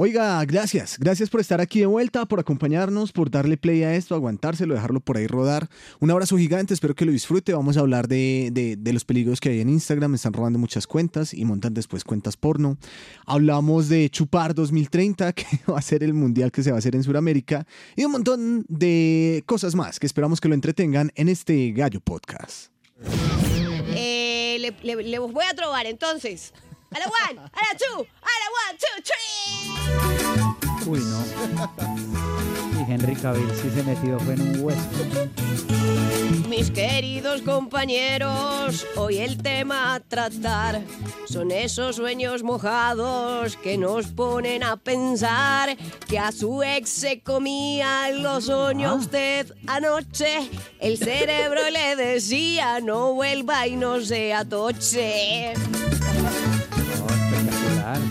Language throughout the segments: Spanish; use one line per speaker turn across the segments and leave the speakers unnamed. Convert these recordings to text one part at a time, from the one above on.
Oiga, gracias. Gracias por estar aquí de vuelta, por acompañarnos, por darle play a esto, aguantárselo, dejarlo por ahí rodar. Un abrazo gigante, espero que lo disfrute. Vamos a hablar de, de- de los peligros que hay en Instagram. Están robando muchas cuentas y montan después cuentas porno. Hablamos de Chupar 2030, que va a ser el mundial que se va a hacer en Sudamérica. Y un montón de cosas más que esperamos que lo entretengan en este Gallo Podcast.
Eh, le, le- le voy a trobar entonces. A la one, a la two, a la one, two, three.
Uy, no. Y Henry Cavill sí se metió, fue en un hueso.
Mis queridos compañeros, hoy el tema a tratar son esos sueños mojados que nos ponen a pensar que a su ex se comía, lo soñó usted anoche. El cerebro le decía no vuelva y no se atoche.
No, espectacular.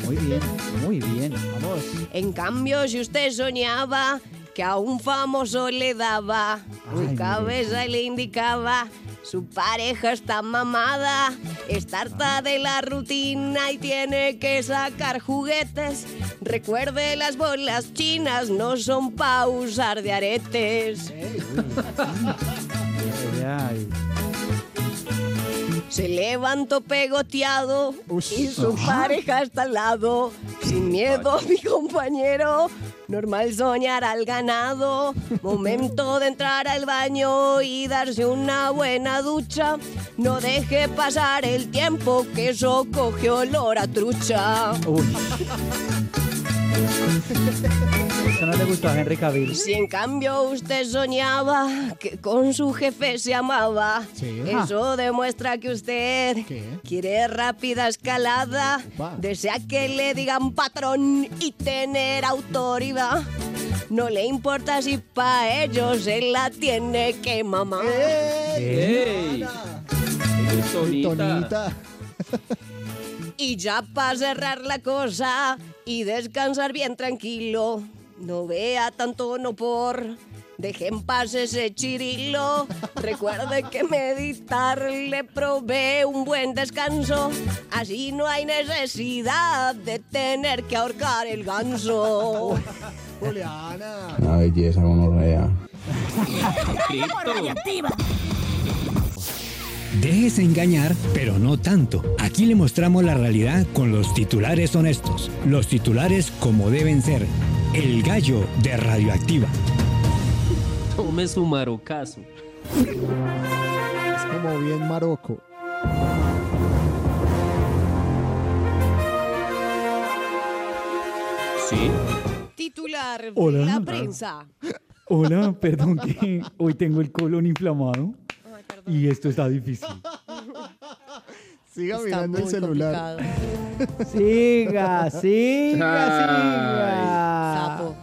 Muy bien, muy bien. Vamos.
En cambio, si usted soñaba que a un famoso le daba,
Ay,
su cabeza le indicaba, su pareja está mamada, está harta de la rutina y tiene que sacar juguetes. Recuerde, las bolas chinas no son pa' usar de aretes.
Ella, y-
Se levantó pegoteado y su pareja está al lado. Sin miedo, mi compañero. Normal soñar al ganado. Momento de entrar al baño y darse una buena ducha. No deje pasar el tiempo que eso coge olor a trucha.
Uy. Eso no le gustó a Henry Cavill.
Si Pues en cambio usted soñaba que con su jefe se amaba,
Sí.
eso demuestra que usted
¿Qué?
quiere rápida escalada,
Opa.
desea que le digan patrón y tener autoridad. No le importa si pa' ellos se la tiene que mamar.
¡Ey!
¡Eh!
Tonita.
Tonita.
Y ya para cerrar la cosa y descansar bien tranquilo, no vea tanto no por. Deje en paz ese chirilo. Recuerde que meditar le provee un buen descanso. Así no hay necesidad de tener que ahorcar el ganso.
Una belleza gonorrea.
Déjese engañar, pero no tanto. Aquí le mostramos la realidad con los titulares honestos, los titulares como deben ser. El gallo de Radioactiva.
Tome su marocazo.
Es como bien maroco.
Sí.
Titular
Hola.
la prensa.
Hola, perdón que hoy tengo el colon inflamado y esto está difícil.
Siga
Está
mirando el
muy
celular.
complicado.
Siga, siga,
Sapo.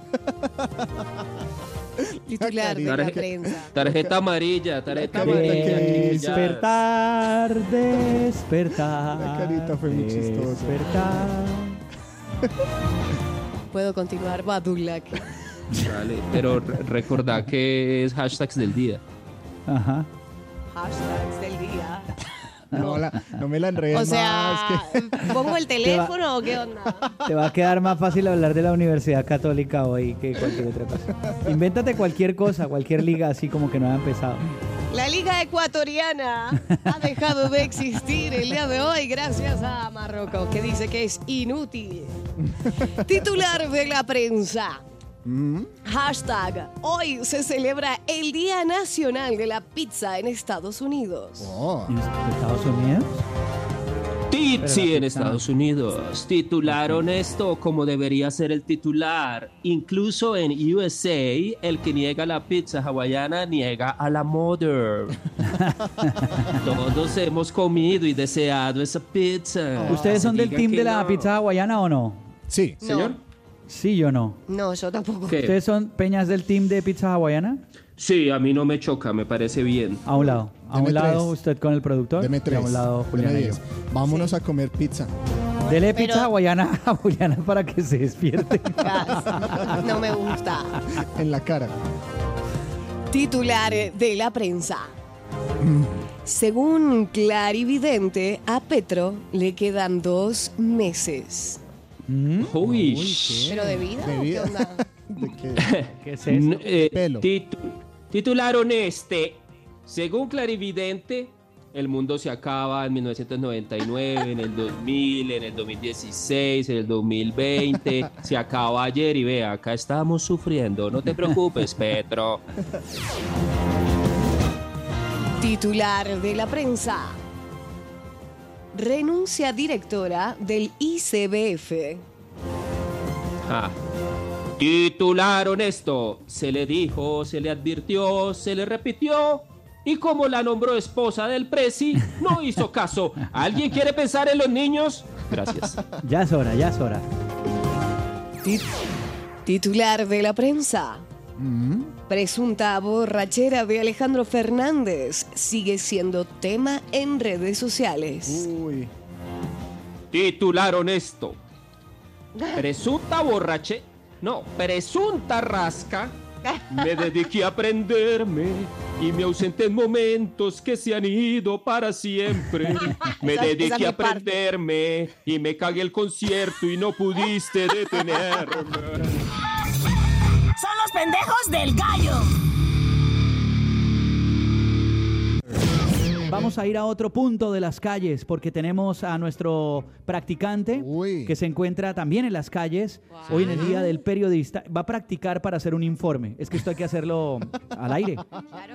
Titular de la
Tarjeta-
prensa.
Tarjeta amarilla, tarjeta
La carita
amarilla.
que-
aquí ya.
Despertar, despertar.
La carita fue muy chistosa.
Despertar.
Puedo continuar, Badulak.
Vale, pero re- recordá que es hashtags del día.
Ajá.
Hashtags del día.
No, la- no me la enredes
O sea,
más.
¿pongo el teléfono o qué onda?
Te va a quedar más fácil hablar de la Universidad Católica hoy que cualquier otra cosa. Invéntate cualquier cosa, cualquier liga así como que no haya empezado.
La Liga Ecuatoriana ha dejado de existir el día de hoy gracias a Marruecos, que dice que es inútil. Titular de la prensa. Hashtag, hoy se celebra el Día Nacional de la Pizza en Estados Unidos.
¿Estados Unidos?
Titsi en Estados Unidos. Titularon esto como debería ser el titular. Incluso en USA, el que niega la pizza hawaiana niega a la mother. Todos hemos comido y deseado esa pizza.
¿Ustedes son del
Diga
team
que
de la
no.
pizza hawaiana o no?
Sí.
¿Señor?
Sí, yo no.
No, yo tampoco.
¿Qué?
¿Ustedes son peñas del team de pizza hawaiana?
Sí, a mí no me choca, me parece bien.
A un lado. A
Deme
un lado
tres.
usted con el productor.
Deme
Y a
tres.
un lado Juliana
Deme
y yo.
diez.
Vámonos a comer pizza.
Dele pizza hawaiana a Juliana para que se despierte.
No me gusta.
En la cara.
Titular de la prensa. Según Clarividente, a Petro le quedan dos meses.
Uy,
¿Pero de vida? o ¿Qué onda?
¿Qué es
N- eh, titu- titularon este. Según Clarividente, el mundo se acaba en 1999, en el 2000, en el 2016, en el 2020. Se acaba ayer y vea, acá estamos sufriendo. No te preocupes, Petro.
Titular de la prensa. Renuncia directora del ICBF.
Ah. Titularon esto. Se le dijo, se le advirtió, se le repitió. Y como la nombró esposa del presi, no hizo caso. ¿Alguien quiere pensar en los niños? Gracias.
ya es hora, ya es hora.
Tit- titular de la prensa.
Mm.
Presunta borrachera de Alejandro Fernández sigue siendo tema en redes sociales.
Uh,
Titularon esto. Presunta borrache. No, presunta rasca. Me dediqué a aprenderme y me ausenté en momentos que se han ido para siempre. Me
Esa- esa es
dediqué
mi
a
parte.
aprenderme y me cagué el concierto y no pudiste detenerme.
Son los pendejos del gallo.
Vamos a ir a otro punto de las calles porque tenemos a nuestro practicante que se encuentra también en las calles. Hoy en el día del periodista va a practicar para hacer un informe. Es que esto hay que hacerlo al aire.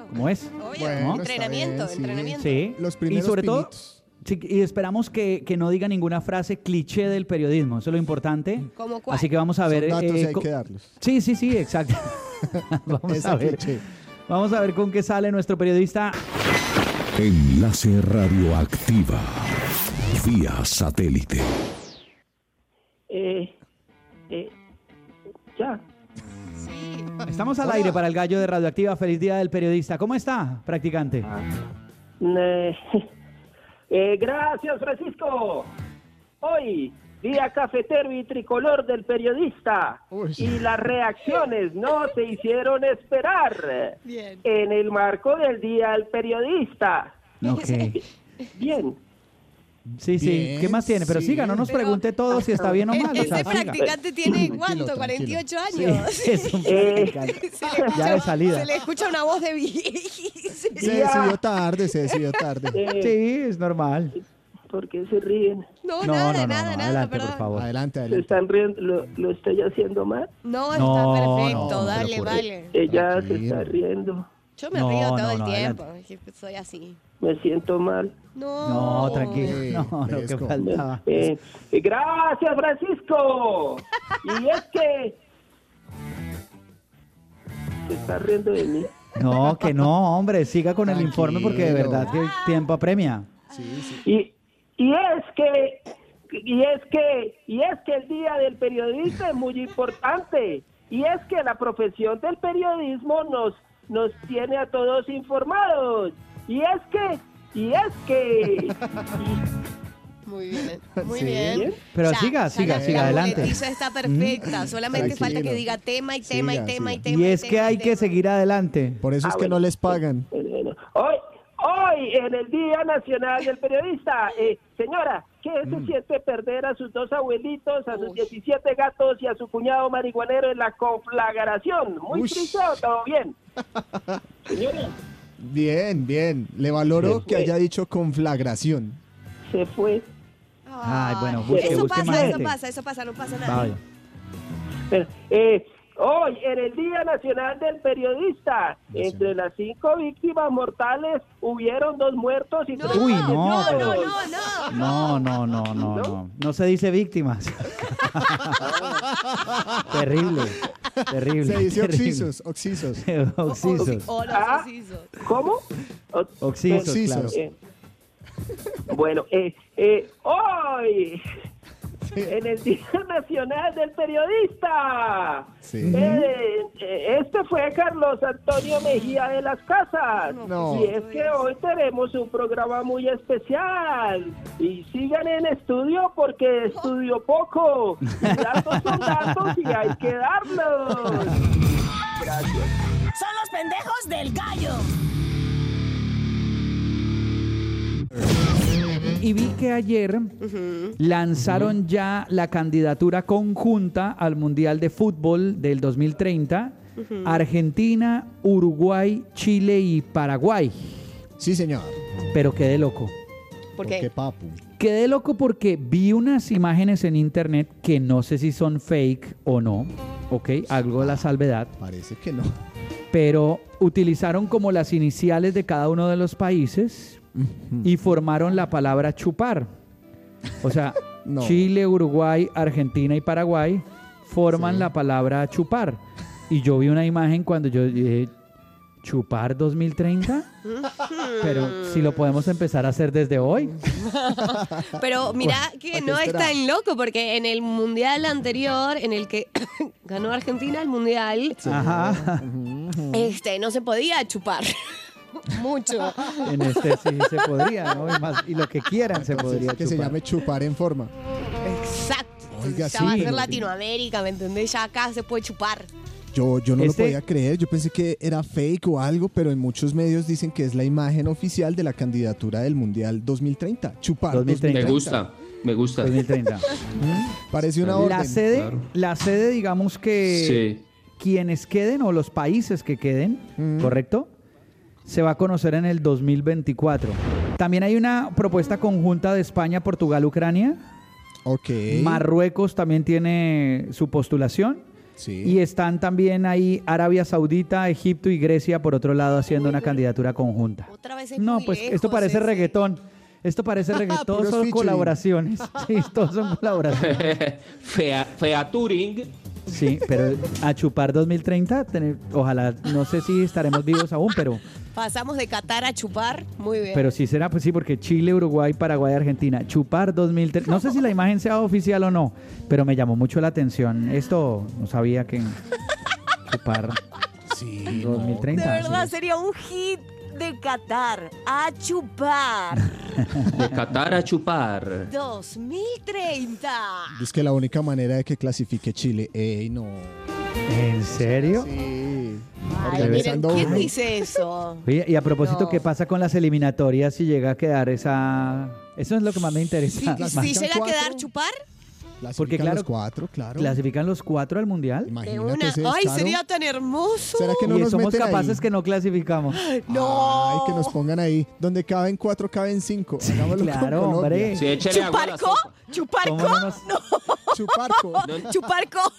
¿Cómo es? ¿No?
entrenamiento, entrenamiento.
Sí.
Los primeros
y sobre
pinitos.
todo, sí, y esperamos que, que no diga ninguna frase cliché del periodismo. Eso es lo importante.
¿Cómo cuál?
Así que vamos a ver. eh,
Son datos y hay
co-
que darlos.
Sí, sí, sí, exacto. vamos
Ese
a ver.
cliché.
Vamos a ver con qué sale nuestro periodista.
Enlace radioactiva. Vía satélite.
Eh, eh, ya.
Estamos al aire para el gallo de Radioactiva. Feliz día del periodista. ¿Cómo está, practicante?
Ah. Eh, eh, gracias, Francisco. Hoy, día cafetero y tricolor del periodista. Y las reacciones no se hicieron esperar.
Bien.
En el marco del día del periodista.
Ok.
Bien.
Sí, sí.
Bien,
¿Qué más tiene? Pero
sí.
siga, no nos pregunte todo si está bien o mal. o sea,
Este
siga.
practicante tiene cuánto, 48 años.
Sí, es un
Eh,
practicante.
Se le
ya de
escucha-
salida.
Se le escucha una voz de viejísimo.
Se decidió tarde, se decidió tarde.
Sí, es normal.
¿Por qué se ríen?
No,
No, nada, no, no, nada, no, nada, adelante, por perdón. favor.
Adelante,
¿Se están riendo? ¿Lo, lo estoy haciendo mal?
No, está
No,
perfecto,
no,
dale,
pero por-
vale.
Ella se está riendo.
Yo me
No,
río
no,
todo el
no,
tiempo, que soy así.
Me siento mal.
No.
No, tranquilo. No, no, que faltaba.
Eh, eh, gracias, Francisco. Y es que. Se está riendo de mí.
No, que no, hombre. Siga con el informe porque de verdad que el tiempo apremia.
Y, y es que. Y es que. Y es que el día del periodista es muy importante. Y es que la profesión del periodismo nos, nos tiene a todos informados. Y es que. Y es que.
Muy bien, eh, muy
Sí.
bien.
Pero
Ya,
siga,
ya
siga,
la-
siga,
la
adelante. Mm.
boletiza está perfecta, solamente falta que
Tranquilo.
diga tema y tema y
Siga,
tema y
siga.
tema.
Y es que hay que seguir adelante. Ah,
Por eso es que no les pagan.
Hoy, hoy, en el Día Nacional del Periodista, eh, señora, ¿qué se siente perder a sus dos abuelitos, a sus 17 gatos y a su cuñado marihuanero en la conflagración? Muy triste, o todo bien. Señora,
Bien, bien. Le valoro que haya dicho conflagración.
Se fue.
Ay, bueno,
Ay,
busque,
eso
busque
pasa,
más
eso
gente.
pasa, eso pasa, no pasa nada.
Vaya.
Pero, eh, hoy, en el Día Nacional del Periodista, entre las cinco víctimas mortales hubieron dos muertos y tres
Uy, no,
heridos.
pero- No, no, no, no, no. No se dice víctimas. terrible, terrible.
Se dice
terrible.
oxisos, oxisos.
Oxisos.
Ah, ¿Cómo? O-
Oxisos,
Oxisos.
claro.
Eh, bueno, eh, eh, hoy, en el Día Nacional del Periodista,
Sí.
eh, eh, este fue Carlos Antonio Mejía de las Casas.
No.
Y es que hoy tenemos un programa muy especial. Y sigan en estudio porque estudio poco. Y Datos son datos y hay que darlos.
Son los pendejos del gallo.
Y vi que ayer lanzaron ya la candidatura conjunta al Mundial de Fútbol del 2030.
Ujú.
Argentina, Uruguay, Chile y Paraguay.
Sí, señor.
Pero quedé loco.
¿Por qué, papu?
Quedé loco porque vi unas imágenes en internet que no sé si son fake o no. Ok, algo de la salvedad.
Parece que no.
Pero utilizaron como las iniciales de cada uno de los países y formaron la palabra chupar. O sea,
No.
Chile, Uruguay, Argentina y Paraguay forman la palabra chupar. Y yo vi una imagen cuando yo dije, ¿chupar 2030? Pero si lo podemos empezar a hacer desde hoy.
Pero mira
¿a
que
qué
no es
será?
tan loco, porque en el mundial anterior, en el que ganó Argentina el mundial,
Ajá.
este no se podía chupar mucho.
En este sí se podría, ¿no? Y, más- y lo que quieran se podría
que se
chupar.
llame chupar en forma.
Exacto.
Oiga,
ya
sí,
va a ser
pero-
Latinoamérica, ¿me entendés? Ya acá se puede chupar.
Yo, yo no
Este-
lo podía creer, yo pensé que era fake o algo, pero en muchos medios dicen que es la imagen oficial de la candidatura del Mundial 2030. Chupar.
2030.
Me gusta, me gusta.
2030.
Parece una orden.
La sede, la sede, digamos que quienes queden o los países que queden,
Mm.
¿correcto? Se va a conocer en el 2024. También hay una propuesta conjunta de España, Portugal, Ucrania.
Ok.
Marruecos también tiene su postulación. Y están también ahí Arabia Saudita, Egipto y Grecia, por otro lado, haciendo una candidatura conjunta.
Otra vez es
No,
muy
pues
lejos
esto parece
ese.
reggaetón. Esto parece reggaetón. Todos
Puros
son
featuring.
colaboraciones. Sí, todos son colaboraciones.
Fea, Featuring.
Sí, pero a chupar 2030, tener- ojalá, no sé si estaremos vivos aún, pero,
Pasamos de Qatar a chupar, muy bien.
pero sí será, pues sí, porque Chile, Uruguay, Paraguay, Argentina, chupar 2030. No sé si la imagen sea oficial o no, pero me llamó mucho la atención. Esto no sabía que chupar 2030.
de verdad sería un hit de Qatar a chupar
De Qatar a chupar.
2030.
Es que la única manera de que clasifique Chile. Ey, no.
¿En serio?
Sí.
Ay, miren,
Organizando
¿quién
uno.
dice eso?
Oye, y a propósito,
No.
¿qué pasa con las eliminatorias si llega a quedar esa... Eso es lo que más me interesa.
Si,
Más-
si llega a quedar chupar,
Porque
Clasifican
claro,
los cuatro, claro.
clasifican los cuatro al mundial.
de una. Ay, sería tan hermoso.
¿Será que no
y
nos
somos
meten ahí?
capaces que no clasificamos.
No. Ay, que nos pongan ahí. Donde caben cuatro, caben cinco. Hagámoslo con
claro,
Colombia.
hombre. Sí, échale agua a la
¿Chuparco? ¿Chuparco?
¿Cómo no nos-
No.
Chuparco.
¿Chuparco?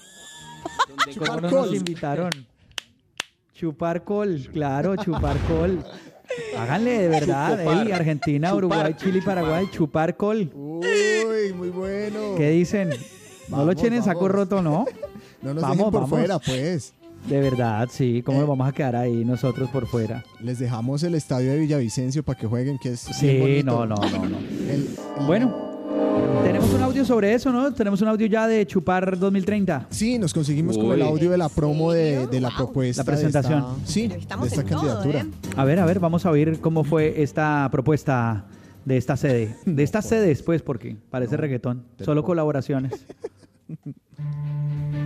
¿Cómo no nos
Col.
invitaron? Chupar col, claro, chupar col. Háganle de verdad,
Chupar.
ey, Argentina,
Chupar,
Uruguay, Chile y Paraguay, chupar col.
Uy, muy bueno.
¿Qué dicen? no lo
Vamos,
echen en saco
vamos.
roto, ¿no?
No nos dejen por fuera, pues.
De verdad, sí. ¿Cómo nos vamos a quedar ahí nosotros por fuera?
Les dejamos el estadio de Villavicencio para que jueguen, que es
Sí,
bien
no,
bonito.
no, no, no.
El-
Bueno, tenemos un audio sobre eso, ¿no? Tenemos un audio ya de chupar 2030.
Sí, nos conseguimos con el audio de la promo de, de la propuesta.
La presentación.
de esta- sí, de esta candidatura.
¿eh?
A ver, a ver, vamos a oír cómo fue esta propuesta de esta sede. De estas sedes, pues, porque parece reggaetón. Solo colaboraciones.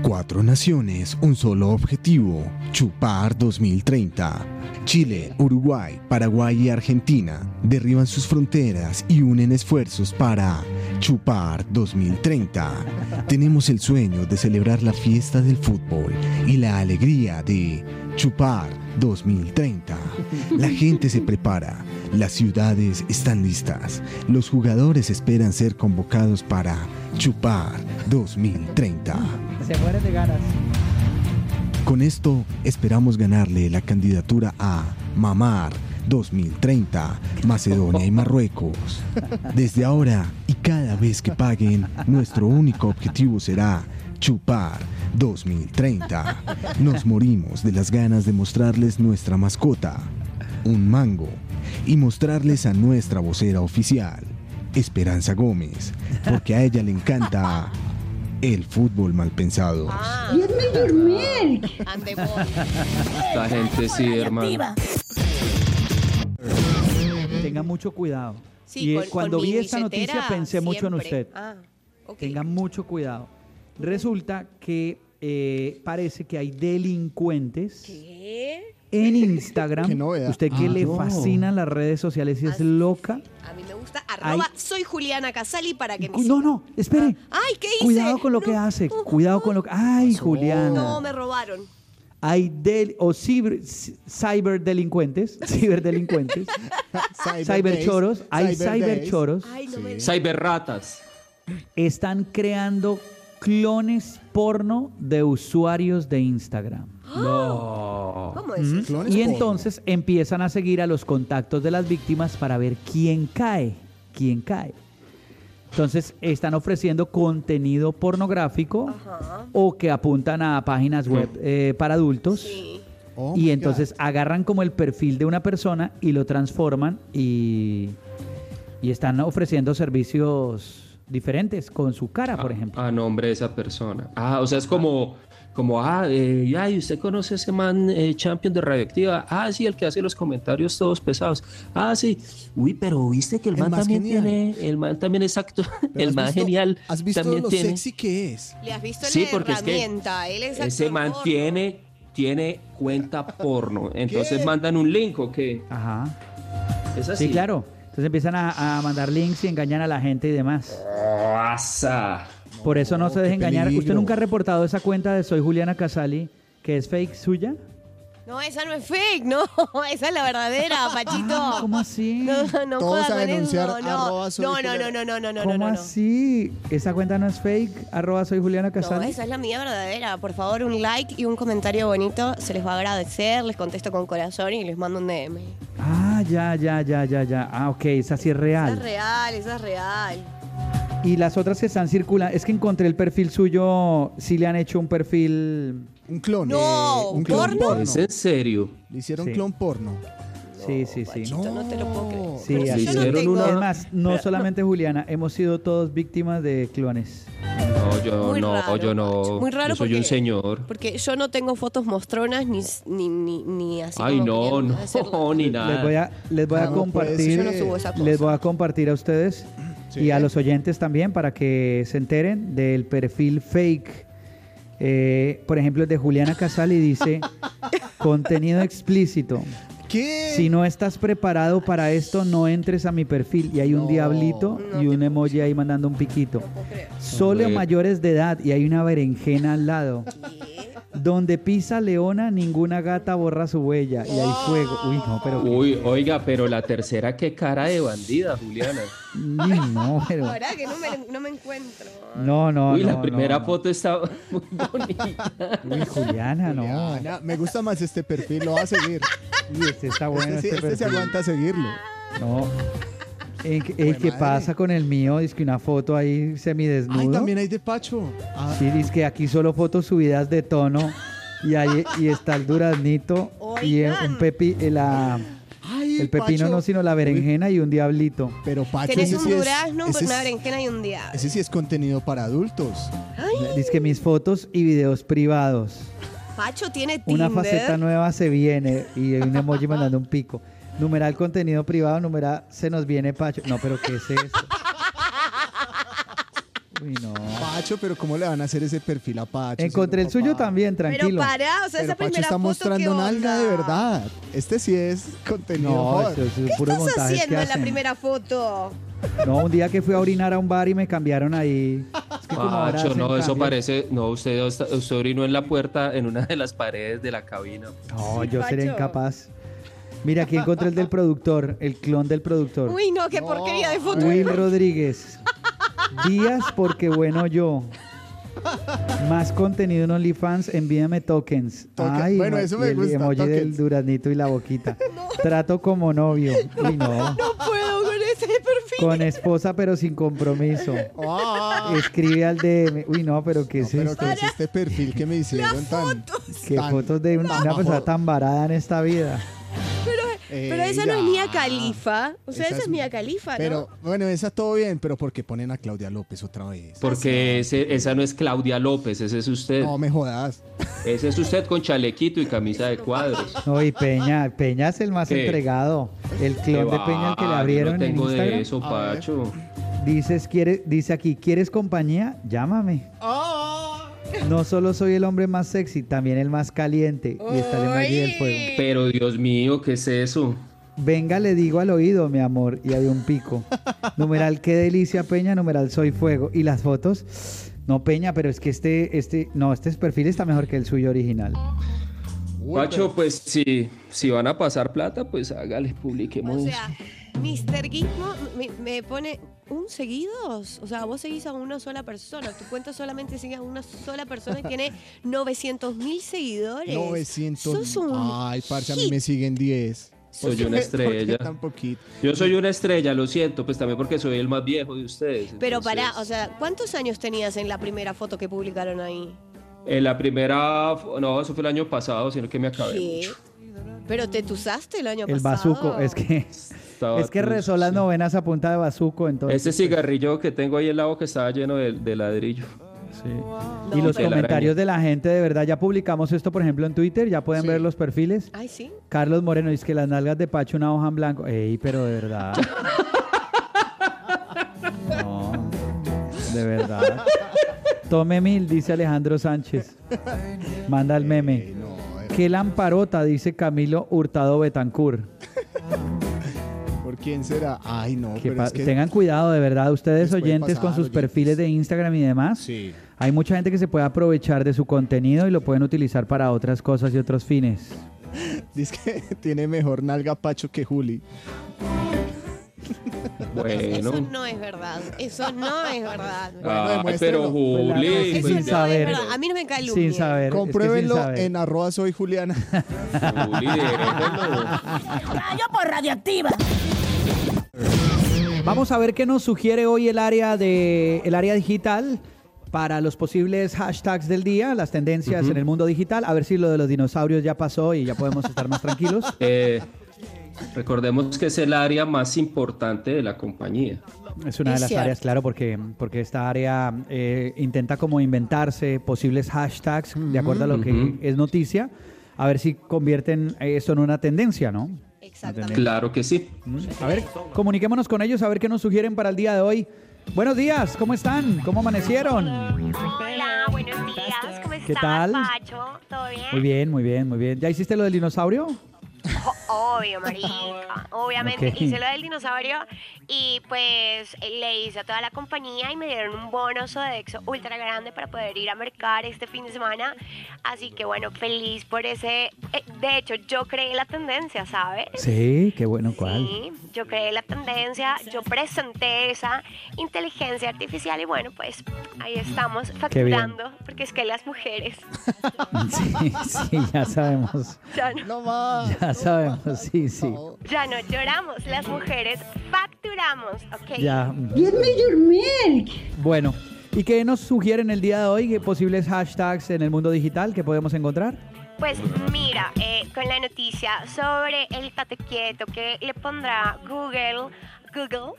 Cuatro naciones, un solo objetivo, Chupar 2030. Chile, Uruguay, Paraguay y Argentina derriban sus fronteras y unen esfuerzos para
Chupar 2030. Tenemos el sueño de celebrar la fiesta del fútbol y la alegría de Chupar 2030. La gente se prepara, las ciudades están listas, los jugadores esperan ser convocados para Chupar 2030.
Se mueren de ganas.
Con esto esperamos ganarle la candidatura a Mamar 2030, Macedonia y Marruecos. Desde ahora y cada vez que paguen, nuestro único objetivo será chupar 2030. Nos morimos de las ganas de mostrarles nuestra mascota, un mango, y mostrarles a nuestra vocera oficial, Esperanza Gómez, porque a ella le encanta el fútbol mal pensado.
Give me your milk.
Esta gente sí, hermano.
Tenga mucho cuidado.
Sí,
y eh,
con-
cuando
con
vi
mi
esta noticia
billetera
pensé mucho en
siempre.
usted.
Ah, ok.
Tenga mucho cuidado. Resulta que eh, parece que hay delincuentes en Instagram.
Qué novedad.
Usted que
Ah,
le
no.
fascinan las redes sociales y es loca.
A mí me gusta arroba
Ay.
soy Juliana Casali para que me
No, no, espere.
Ay, ¿qué hice?
Cuidado con lo que hace. Cuidado con lo que. Ay, Juliana.
No, me robaron.
Hay del o ciber, ci- ciberdelincuentes, ciberdelincuentes, cyberchoros, hay cyberchoros,
Cyberratas.
están creando clones porno de usuarios de Instagram.
No.
¿Cómo
¿Mm? Y entonces empiezan a seguir a los contactos de las víctimas para ver quién cae, quién cae. Entonces están ofreciendo contenido pornográfico o que apuntan a páginas web eh, para adultos.
Oh
y
my
entonces agarran como el perfil de una persona y lo transforman y, y están ofreciendo servicios diferentes con su cara, por ejemplo.
A nombre de esa persona. Ah, o sea, es como, como ah, eh, ay, ¿usted conoce a ese man eh, champion de radioactiva? Ah, sí, el que hace los comentarios todos pesados. Ah, sí. Uy, pero viste que el,
El
man
más
también
genial.
tiene, el man también es acto,
Pero
el
has
man
visto-
genial
¿Has visto
también
lo
tiene.
sexy que es?
Le has visto
Sí,
la
porque es que
herramienta. Él es
Ese
actor
man
porno.
tiene, tiene cuenta porno. Entonces mandan un link o qué.
Ajá.
Es así.
Sí, claro. Entonces empiezan a, a mandar links y engañan a la gente y demás.
Guasa.
Por eso no se deje engañar. ¿Usted
peligro.
nunca ha reportado esa cuenta de Soy Juliana Casali, que es fake suya?
No, esa no es fake, no. Esa es la verdadera, Pachito.
Ah, ¿Cómo así?
No, no
Todos
jodas
a
con eso,
denunciar,
no.
arroba soy
no, no,
Juliana.
no, no, no, no, no,
¿Cómo
no, no.
así? ¿Esa cuenta no es fake? Arroba Soy Juliana
No,
Casali.
esa es la mía verdadera. Por favor, un like y un comentario bonito. Se les va a agradecer. Les contesto con corazón y les mando un DM.
Ah, ya, ya, ya, ya, ya. Ah, ok, esa sí es
Esa es
real.
real, esa es real.
Y las otras que están circulando, es que encontré el perfil suyo, sí le han hecho un perfil...
Un clon. Eh,
No,
un clon
¿porno?
Es en serio.
Le hicieron
Sí.
clon porno.
Sí, sí, sí.
Oh, No te lo puedo creer.
Sí,
Pero si
así
yo no
es.
tengo-
Es más, no solamente Juliana, hemos sido todos víctimas de clones.
No, yo
Muy
no,
raro,
yo no.
Pacho. Muy raro
yo soy un
porque-
señor.
Porque yo no tengo fotos mostronas ni, s- ni, ni, ni así.
Ay,
como
no,
queriendo
no,
hacerlo.
ni
Les voy
nada.
a, les voy a
Ah, no puede
compartir.
ser. Yo no subo esa cosa.
les voy a compartir a ustedes y a los oyentes también para que se enteren del perfil fake. Eh, por ejemplo, el de Juliana Casal y dice contenido explícito.
¿Qué?
Si no estás preparado para esto, no entres a mi perfil. Y hay un diablito y un emoji ahí mandando un piquito. Solo
Hombre.
mayores de edad y hay una berenjena al lado. Donde pisa leona, ninguna gata borra su huella. Y hay fuego. Uy, no, pero... qué
Uy, oiga, pero la tercera, qué cara de bandida, Juliana.
Ni no, pero-
Ahora que no me, no me encuentro.
No, no,
Uy,
no,
la primera
no,
foto está muy bonita.
no. Uy, Juliana, no.
Ana, me gusta más este perfil, lo va a seguir.
Uy, este está bueno.
Este, sí-
Este,
este se
perfil.
aguanta a seguirlo.
No. El, que- el que
madre.
pasa con el mío es que una foto ahí semidesnudo.
eh. Ay, también hay de Pacho. Ah,
Sí, dice que aquí solo fotos subidas de tono. Y ahí y está el duraznito y el- un pepi, eh, la-
Ay,
el pepino
Pacho.
no, sino la berenjena y un diablito.
Pero Pacho,
Tenés
ese
un
sí es-
durazno,
ese
una
es-
berenjena y un diablo.
Ese sí es contenido para adultos.
Dice que mis fotos y videos privados.
Pacho tiene
Una
Tinder.
faceta nueva se viene y hay un emoji mandando un pico. Numeral contenido privado, numeral se nos viene Pacho. No, pero ¿qué es eso? Uy, no.
Pacho, pero ¿cómo le van a hacer ese perfil a Pacho?
Encontré el
siendo
suyo
papá?
también,
Pero
tranquilo.
pará, o sea,
Pero
esa
Pacho
primera
está
foto, ¿qué
mostrando una
onda?
alga de verdad. Este sí es contenido.
No,
joder.
eso, eso
¿Qué
es puro
estás
montaje que
haciendo en la
hacen.
primera foto?
No, un día que fui a orinar a un bar y me cambiaron ahí. Es que como ahora
Macho,
hacen
no, eso
cambios.
parece. No, usted, usted orinó en la puerta, en una de las paredes de la cabina.
No, yo sería incapaz. Mira, aquí encontré el del productor, el clon del productor.
Uy, no, qué porquería de foto.
Eh.
Will Rodríguez. Días porque bueno yo. Más contenido en OnlyFans, envíame tokens.
Token. Bueno,
ma-
eso me
y el
gusta,
emoji del
tokens.
duraznito y la boquita. Trato como novio. Uy, no.
puedo con ese perfil.
Con esposa pero sin compromiso.
Ah.
Escribe al DM. Uy, no, pero ¿qué es
Pero
esto?
que es este perfil que me hicieron tan.
¿Qué
tan-
fotos de una,
tan
una persona
bajo?
tan varada en esta vida?
Pero esa no es
Ella.
Mía Califa. O sea,
Esa
esa es
es-
Mía Califa,
Pero
¿no?
bueno, esa todo bien, pero ¿por qué ponen a Claudia López otra vez?
Porque ese- esa no es Claudia López, ese es usted.
No me jodas.
Ese es usted con chalequito y camisa de cuadros.
No, y Peña, Peña es el más
¿Qué?
entregado. El
Qué
clon de Peña al que le
va,
abrieron
yo no tengo
en Instagram.
de eso, Pacho.
Dices, quiere, dice aquí, ¿quieres compañía? Llámame.
Ah.
No solo soy el hombre más sexy, también el más caliente. Y está el emoji del fuego.
Pero Dios mío, ¿qué es eso?
Venga, le digo al oído, mi amor, y hay un pico. Numeral, qué delicia, Peña. Numeral, soy fuego. ¿Y las fotos? No, Peña, pero es que este, este, no, este perfil está mejor que el suyo original.
Pacho, pues si, si van a pasar plata, pues hágale, publiquemos.
O sea, Mr. Gizmo me, me pone un seguidos. O sea, vos seguís a una sola persona. Tu cuenta solamente sigue a una sola persona y tiene 900 mil seguidores.
900.
Sos un
Ay, parce, a mí me siguen 10.
Soy
¿Por qué
una
me- por qué
estrella.
tan poquito?
Yo soy una estrella, lo siento, pues también porque soy el más viejo de ustedes.
Pero
entonces-
pará, o sea, ¿cuántos años tenías en la primera foto que publicaron ahí?
En la primera, no, eso fue el año pasado, sino que me acabé.
¿Qué? ¿Pero te tusaste el año
El
pasado?
bazuco, es que,
Estaba
es que
triste.
rezó las novenas a punta de bazuco, entonces.
Este cigarrillo que tengo ahí en la boca estaba lleno de, de ladrillo.
y los
De la
comentarios de la gente, de verdad, ya publicamos esto, por ejemplo, en Twitter, ya pueden ver los perfiles.
Ay, sí.
Carlos Moreno dice que las nalgas de Pacho una hoja en blanco. Ey, pero de verdad. No, de verdad. Tome mil, dice Alejandro Sánchez. Manda el meme. Qué lamparota, dice Camilo Hurtado Betancourt.
¿Por quién será? Ay, no,
Que
pero
pa-
es que
Tengan cuidado, de verdad, ustedes
puede
oyentes con
pasar,
sus
oyentes.
perfiles de Instagram y demás. Hay mucha gente que se puede aprovechar de su contenido y lo pueden utilizar para otras cosas y otros fines.
dice que tiene mejor nalga Pacho que Juli.
Eso
Bueno.
no es verdad. Eso no es verdad.
Ah,
Ah,
Ay,
demuéstrelo.
pero
Pues la-
Juli.
Eso
pues,
no es
ya-
verdad. A mí no me calumnia.
Sin saber. es que sin
Compruébenlo
saber.
en arroba soy Juliana.
Juli, déjelo.
Rayo Ah, por radioactiva.
Vamos a ver qué nos sugiere hoy el área de el área digital para los posibles hashtags del día, las tendencias
Ujú.
en el mundo digital. A ver si lo de los dinosaurios ya pasó y ya podemos estar más tranquilos.
Eh, recordemos que es el área más importante de la compañía.
Es una de
Es
las
cierto.
áreas, claro, porque, porque esta área eh, intenta como inventarse posibles hashtags de acuerdo a lo que
Ujú.
es noticia, a ver si convierten eso en una tendencia, ¿no? Mm,
Claro que sí.
A ver, comuniquémonos con ellos a ver qué nos sugieren para el día de hoy. Buenos días, ¿cómo están? ¿Cómo amanecieron?
Hola, buenos días. ¿Cómo estás,
¿Qué tal?
Pacho? ¿Todo bien?
Muy bien, muy bien, muy bien. ¿Ya hiciste lo del dinosaurio?
O- Obvio, marica. Obviamente
Ok.
hice lo del dinosaurio y pues le hice a toda la compañía y me dieron un bono Sodexo ultra grande para poder ir a mercar este fin de semana. Así que bueno, feliz por ese... eh, De hecho, yo creé la tendencia, ¿sabes?
Sí, qué bueno, ¿cuál?
Sí, yo creé la tendencia, yo presenté esa inteligencia artificial y bueno, pues ahí estamos
Qué bien.
facturando, porque es que las mujeres
Sí, sí, ya sabemos.
ya no,
Ya sabemos, sí, sí.
ya no lloramos, las mujeres facturamos, ¿ok?
Ya.
Get me your milk.
Bueno, ¿y qué nos sugieren el día de hoy? ¿Qué posibles hashtags en el mundo digital que podemos encontrar?
Pues mira, eh, con la noticia sobre el tate quieto que le pondrá Google, Google,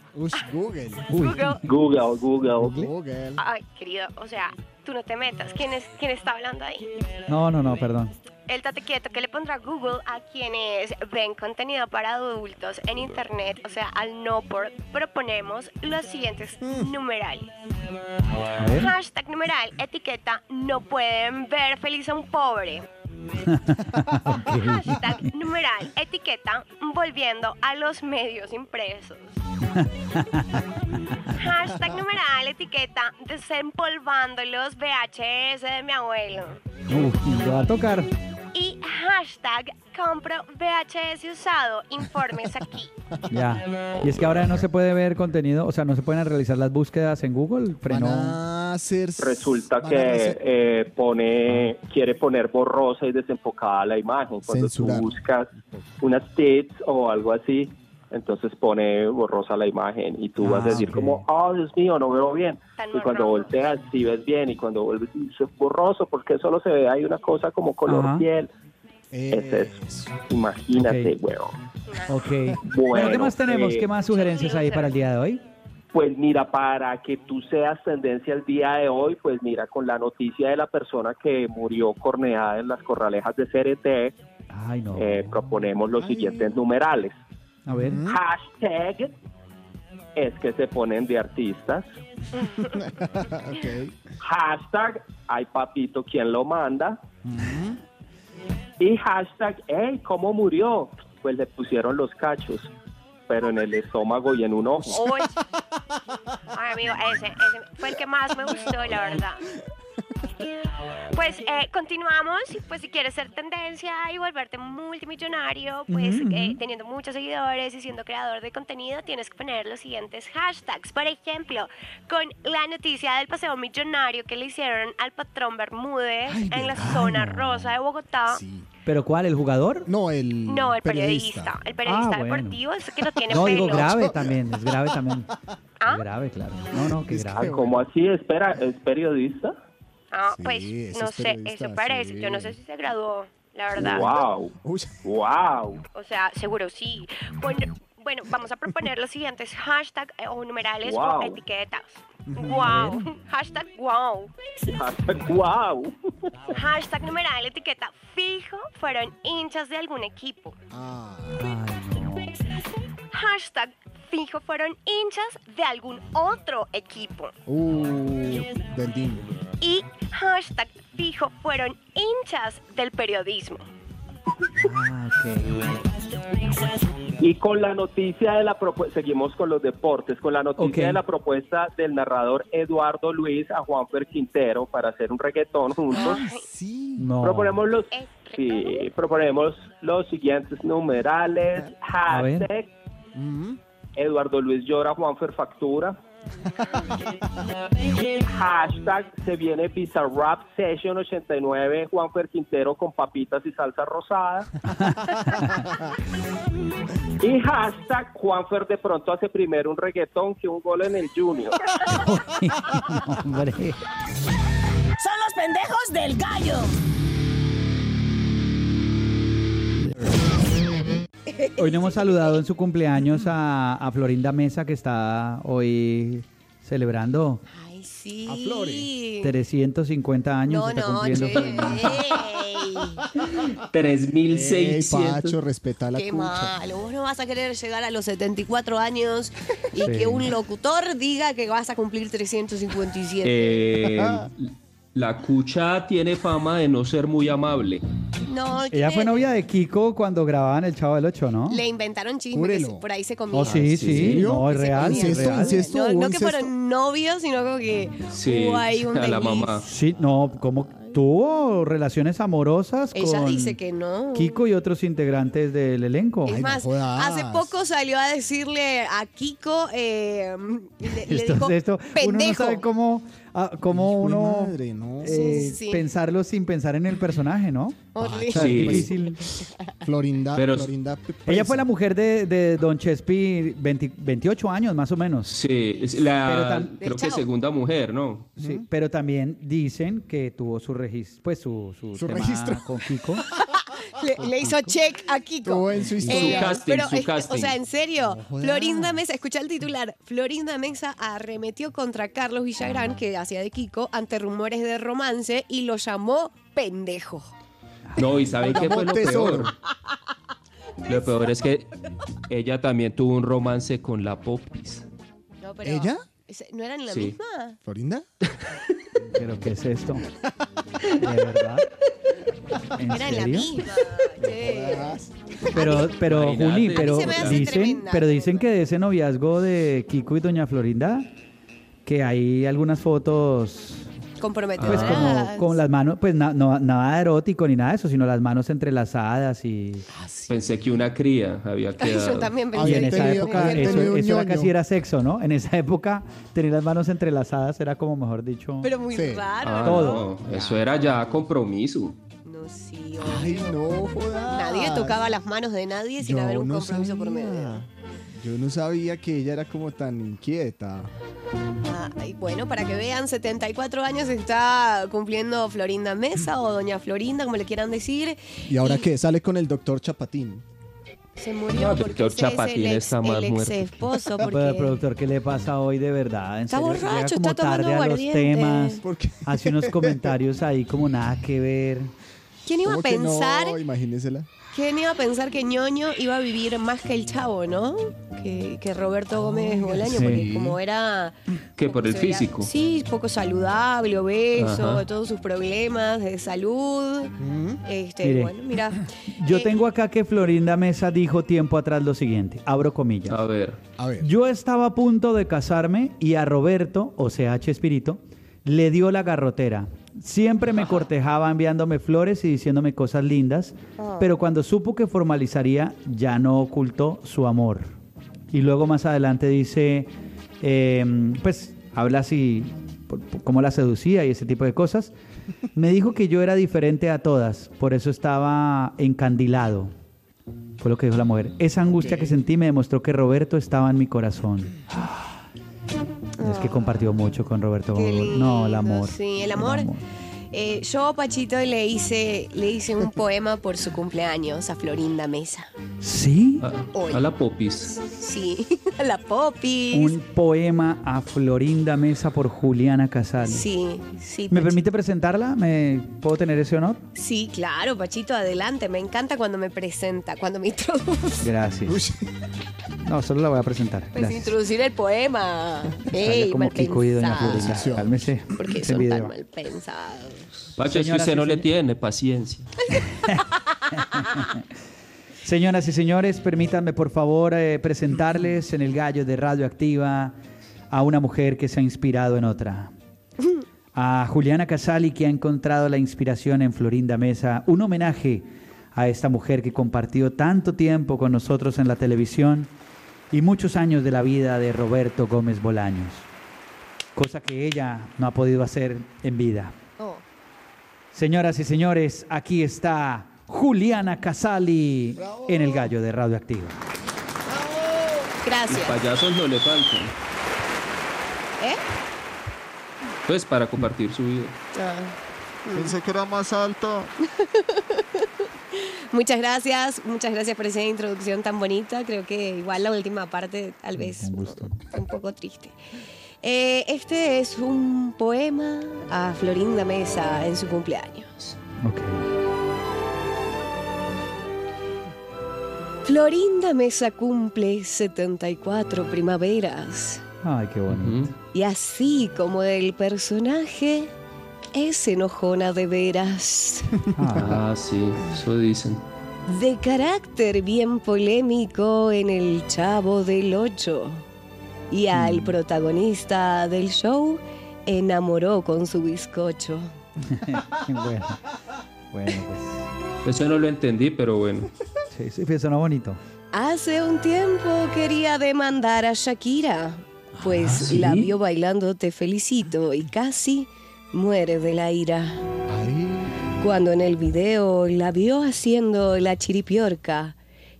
Google.
Google.
Google, Google.
Ah,
Google.
ay querido, o sea, tú no te metas, ¿quién, es, quién está hablando ahí?
No, no, no, perdón.
El tate quieto que le pondrá Google a quienes ven contenido para adultos en internet, o sea, al no por, proponemos los siguientes numerales.
ver.
Hashtag numeral, etiqueta, no pueden ver feliz a un pobre. Hashtag numeral etiqueta volviendo a los medios impresos. Hashtag numeral etiqueta desempolvando los VHS de mi abuelo.
Uf, ya va a tocar.
Y hashtag compro VHS usado, informes aquí.
Ya. Y es que ahora no se puede ver contenido, o sea, no se pueden realizar las búsquedas en Google. Frenó.
Resulta que eh, pone, quiere poner borrosa y desenfocada la imagen. Cuando
Censurar.
tú buscas unas tits o algo así, entonces pone borrosa la imagen y tú
Ah,
vas a decir
ok.
como, oh Dios mío, no veo bien.
Tan
Y cuando volteas, sí ves bien y cuando vuelves, es borroso porque solo se ve, hay una cosa como color
Ajá.
piel.
Eh,
Ese es. Imagínate, huevón.
Ok.
Bueno,
Bueno, ¿qué más tenemos?
eh,
¿Qué más sugerencias hay para el día de hoy?
Pues mira, para que tú seas tendencia el día de hoy, pues mira, con la noticia de la persona que murió corneada en las corralejas de CRT,
Ay, no.
eh, proponemos los siguientes numerales.
A ver.
Hashtag es que se ponen de artistas. Hashtag ay papito, ¿quién lo manda? Y hashtag, hey, ¿cómo murió? Pues le pusieron los cachos, pero en el estómago y en un ojo.
Uy. Ay, amigo, ese, ese fue el que más me gustó, la verdad. Pues eh, continuamos, pues si quieres ser tendencia y volverte multimillonario, pues
Ujú,
eh,
ujú.
teniendo muchos seguidores y siendo creador de contenido, tienes que poner los siguientes hashtags. Por ejemplo, con la noticia del paseo millonario que le hicieron al patrón Bermúdez en la zona rosa de Bogotá.
¿Pero cuál? ¿El jugador?
No, el.
No, el periodista, el periodista
Ah, bueno.
deportivo es que no tiene
No,
pelo.
digo grave también, es grave también. Es grave, claro. No, no, qué grave.
¿Cómo así? Espera, ¿es periodista?
Ah,
Sí,
pues
ese
no
es
sé,
periodista,
eso parece. Yo no sé si se graduó, la verdad.
¡Wow! ¡Wow!
O sea, seguro sí. Bueno, bueno, vamos a proponer los siguientes hashtags o numerales
Wow.
o etiquetas. Wow. Hashtag wow.
¡Wow!
Hashtag numeral etiqueta fijo fueron hinchas de algún equipo. Hashtag fijo fueron hinchas de algún otro equipo.
Uh, del Dino.
Y hashtag fijo fueron hinchas del periodismo.
Y con la noticia de la propuesta, seguimos con los deportes, con la noticia
Ok.
de la propuesta del narrador Eduardo Luis a Juanfer Quintero para hacer un reggaetón juntos.
Ah,
No.
Proponemos los, sí, proponemos los siguientes numerales.
ver.
Hashtag Eduardo Luis llora, Juanfer factura. Hashtag se viene Bizarrap Session 89, Juanfer Quintero con papitas y salsa rosada. y hashtag Juanfer de pronto hace primero un reggaetón que un gol en el Junior.
Hombre.
Son los pendejos del gallo.
Hoy no hemos saludado en su cumpleaños a, a Florinda Mesa, que está hoy celebrando
Ay, sí.
350 años.
No,
está
no,
cumpliendo.
che. Ey,
3.600.
Pacho, respeta la
Qué
cucha.
malo. Vos no vas a querer llegar a los 74 años y
Sí.
que un locutor diga que vas a cumplir 357.
Eh, la cucha tiene fama de no ser muy amable.
no,
Ella
che,
fue novia de Kiko cuando grababan El Chavo del Ocho, ¿no?
le inventaron chisme que
Júrelo.
se- por ahí se comía.
Oh, sí,
¿en
sí.
serio?
No, es
Se
real,
comía.
es
Incesto,
real.
incesto,
No, no que fueron novios, sino como que
Sí,
hubo ahí un
a la
desliz.
mamá.
Sí, no, como tuvo relaciones amorosas
Ella
con
dice que no.
Kiko y otros integrantes del elenco.
Es más, hace poco salió a decirle a Kiko, eh, le, le dijo,
Entonces esto, uno no
pendejo.
sabe cómo, ah, cómo uno eh,
Sí, sí, sí.
pensarlo sin pensar en el personaje, ¿no?
Horrible.
O sea,
Sí. Pues
es difícil.
Florinda,
Pero-
Florinda.
Ella fue la mujer de, de Don Chespi 20 28 años más o menos.
Sí, es
Pero
la,
tam-
creo que segunda mujer, ¿no?
Sí, pero también dicen que tuvo su registro, pues su, su, tema
registro.
con Kiko.
Le, le hizo check a Kiko.
su historia. Su casting,
pero
su
es que,
casting.
O sea, en serio,
jodas.
Florinda Mesa, escucha el titular. Florinda Mesa arremetió contra Carlos Villagrán, que hacía de Kiko, ante rumores de romance y lo llamó pendejo.
No, y ¿saben qué fue lo
Tesoro.
peor? Lo peor es que ella también tuvo un romance con la Popis.
No, pero-
¿Ella?
¿Ese- ¿No eran la
Sí.
misma?
¿Florinda?
¿Pero qué es esto? ¿De verdad? ¿En
Era la
serio?
misma.
Pero, pero,
Imagínate.
Juli, pero
A mí se me hace
dicen,
tremenda,
pero dicen que de ese noviazgo de Kiko y Doña Florinda, que hay algunas fotos pues
Comprometedoras.
como con las manos, pues na- no- nada erótico ni nada de eso, sino las manos entrelazadas y...
Pensé que una cría había quedado.
Yo también
Ah, Y
pensé
en esa
que-
época
habían
eso,
tenido un
eso era
ñoño.
casi era sexo, ¿no? En esa época tener las manos entrelazadas era como mejor dicho.
Pero muy raro.
Ah,
Todo.
no, eso era ya compromiso.
No, sí, Ay, no jodas. Nadie tocaba las manos de nadie sin
Yo
haber un
no
compromiso por medio.
Yo no sabía que ella era como tan inquieta.
Ay, bueno, para que vean, 74 años está cumpliendo Florinda Mesa o Doña Florinda, como le quieran decir.
¿Y ahora qué? Sale con el doctor Chapatín.
Se murió
No,
porque ese
doctor
es el
Chapatín
ex,
está más
el ex
muerto.
esposo.
Pero,
Porque...
pues, productor, ¿qué le pasa hoy de verdad? En
Está
serio, llega
borracho,
como
está tomando
tarde a los
aguardiente.
temas,
¿Por
hace unos comentarios ahí como nada que ver.
¿Quién iba a
¿Cómo que
pensar?
No, imagínensela.
¿Quién iba a pensar que ñoño iba a vivir más que el chavo, no? Que, que Roberto Gómez Bolaño,
sí.
porque como era.
Que por el
se veía-
físico.
Sí, poco saludable, obeso,
Ajá.
todos sus problemas de salud. Este,
Mire.
bueno, mira. Eh,
Yo tengo acá que Florinda Mesa dijo tiempo atrás lo siguiente, abro comillas.
A ver.
Yo estaba a punto de casarme y a Roberto, o sea, a Chespirito, le dio la garrotera. Siempre me cortejaba enviándome flores y diciéndome cosas lindas,
Ah.
pero cuando supo que formalizaría, ya no ocultó su amor. Y luego más adelante dice, eh, pues habla así, por- por cómo la seducía y ese tipo de cosas. Me dijo que yo era diferente a todas, por eso estaba encandilado. Fue lo que dijo la mujer. Esa angustia que sentí me demostró que Roberto estaba en mi corazón. Es que compartió mucho con Roberto.
Ah. Qué
no, el
lindo,
amor.
Sí, el amor. Eh, yo, Pachito, le hice, le hice un poema por su cumpleaños a Florinda Mesa.
Sí.
Hoy.
A la popis.
Sí, a la Popis.
Un poema a Florinda Mesa por Juliana Casal.
Sí, sí.
¿Me
Pachito.
permite presentarla? ¿Me puedo tener ese honor?
Sí, claro, Pachito, adelante. Me encanta cuando me presenta, cuando me introduce.
Gracias. No, solo la voy a presentar.
Pues
Gracias.
introducir el poema.
Habla
Ey,
como
mal
Kiko y Doña Florinda.
pensado.
Cálmese.
Porque son
Ese
tan
video.
mal pensados.
Pacho, es que
Señoras
usted
y
no le
señores.
tiene paciencia.
Señoras y señores, permítanme por favor eh, presentarles en el gallo de Radioactiva a una mujer que se ha inspirado en otra. A Juliana Casali que ha encontrado la inspiración en Florinda Mesa. Un homenaje a esta mujer que compartió tanto tiempo con nosotros en la televisión y muchos años de la vida de Roberto Gómez Bolaños. Cosa que ella no ha podido hacer en vida.
Oh.
Señoras y señores, aquí está Juliana Casali en el gallo de Radioactiva.
Y
Gracias.
payasos no le faltan.
¿Eh?
Pues para compartir su vida.
Pensé que era más alta.
Muchas gracias, muchas gracias por esa introducción tan bonita. Creo que igual la última parte tal vez fue un poco triste. Eh, este es un poema a Florinda Mesa en su cumpleaños. Florinda Mesa cumple 74 primaveras.
Ay, qué bonito.
Y así como el personaje es enojona de veras.
Ah, sí, eso dicen.
De carácter bien polémico en El Chavo del Ocho. Y al
Mm.
protagonista del show enamoró con su bizcocho.
bueno. Bueno, pues.
Eso no lo entendí, pero bueno.
Sí, sí, pues, sonó bonito.
Hace un tiempo quería demandar a Shakira, pues
Ah, ¿sí?
la vio bailando Te Felicito y casi muere de la ira. Cuando en el video la vio haciendo la chiripiorca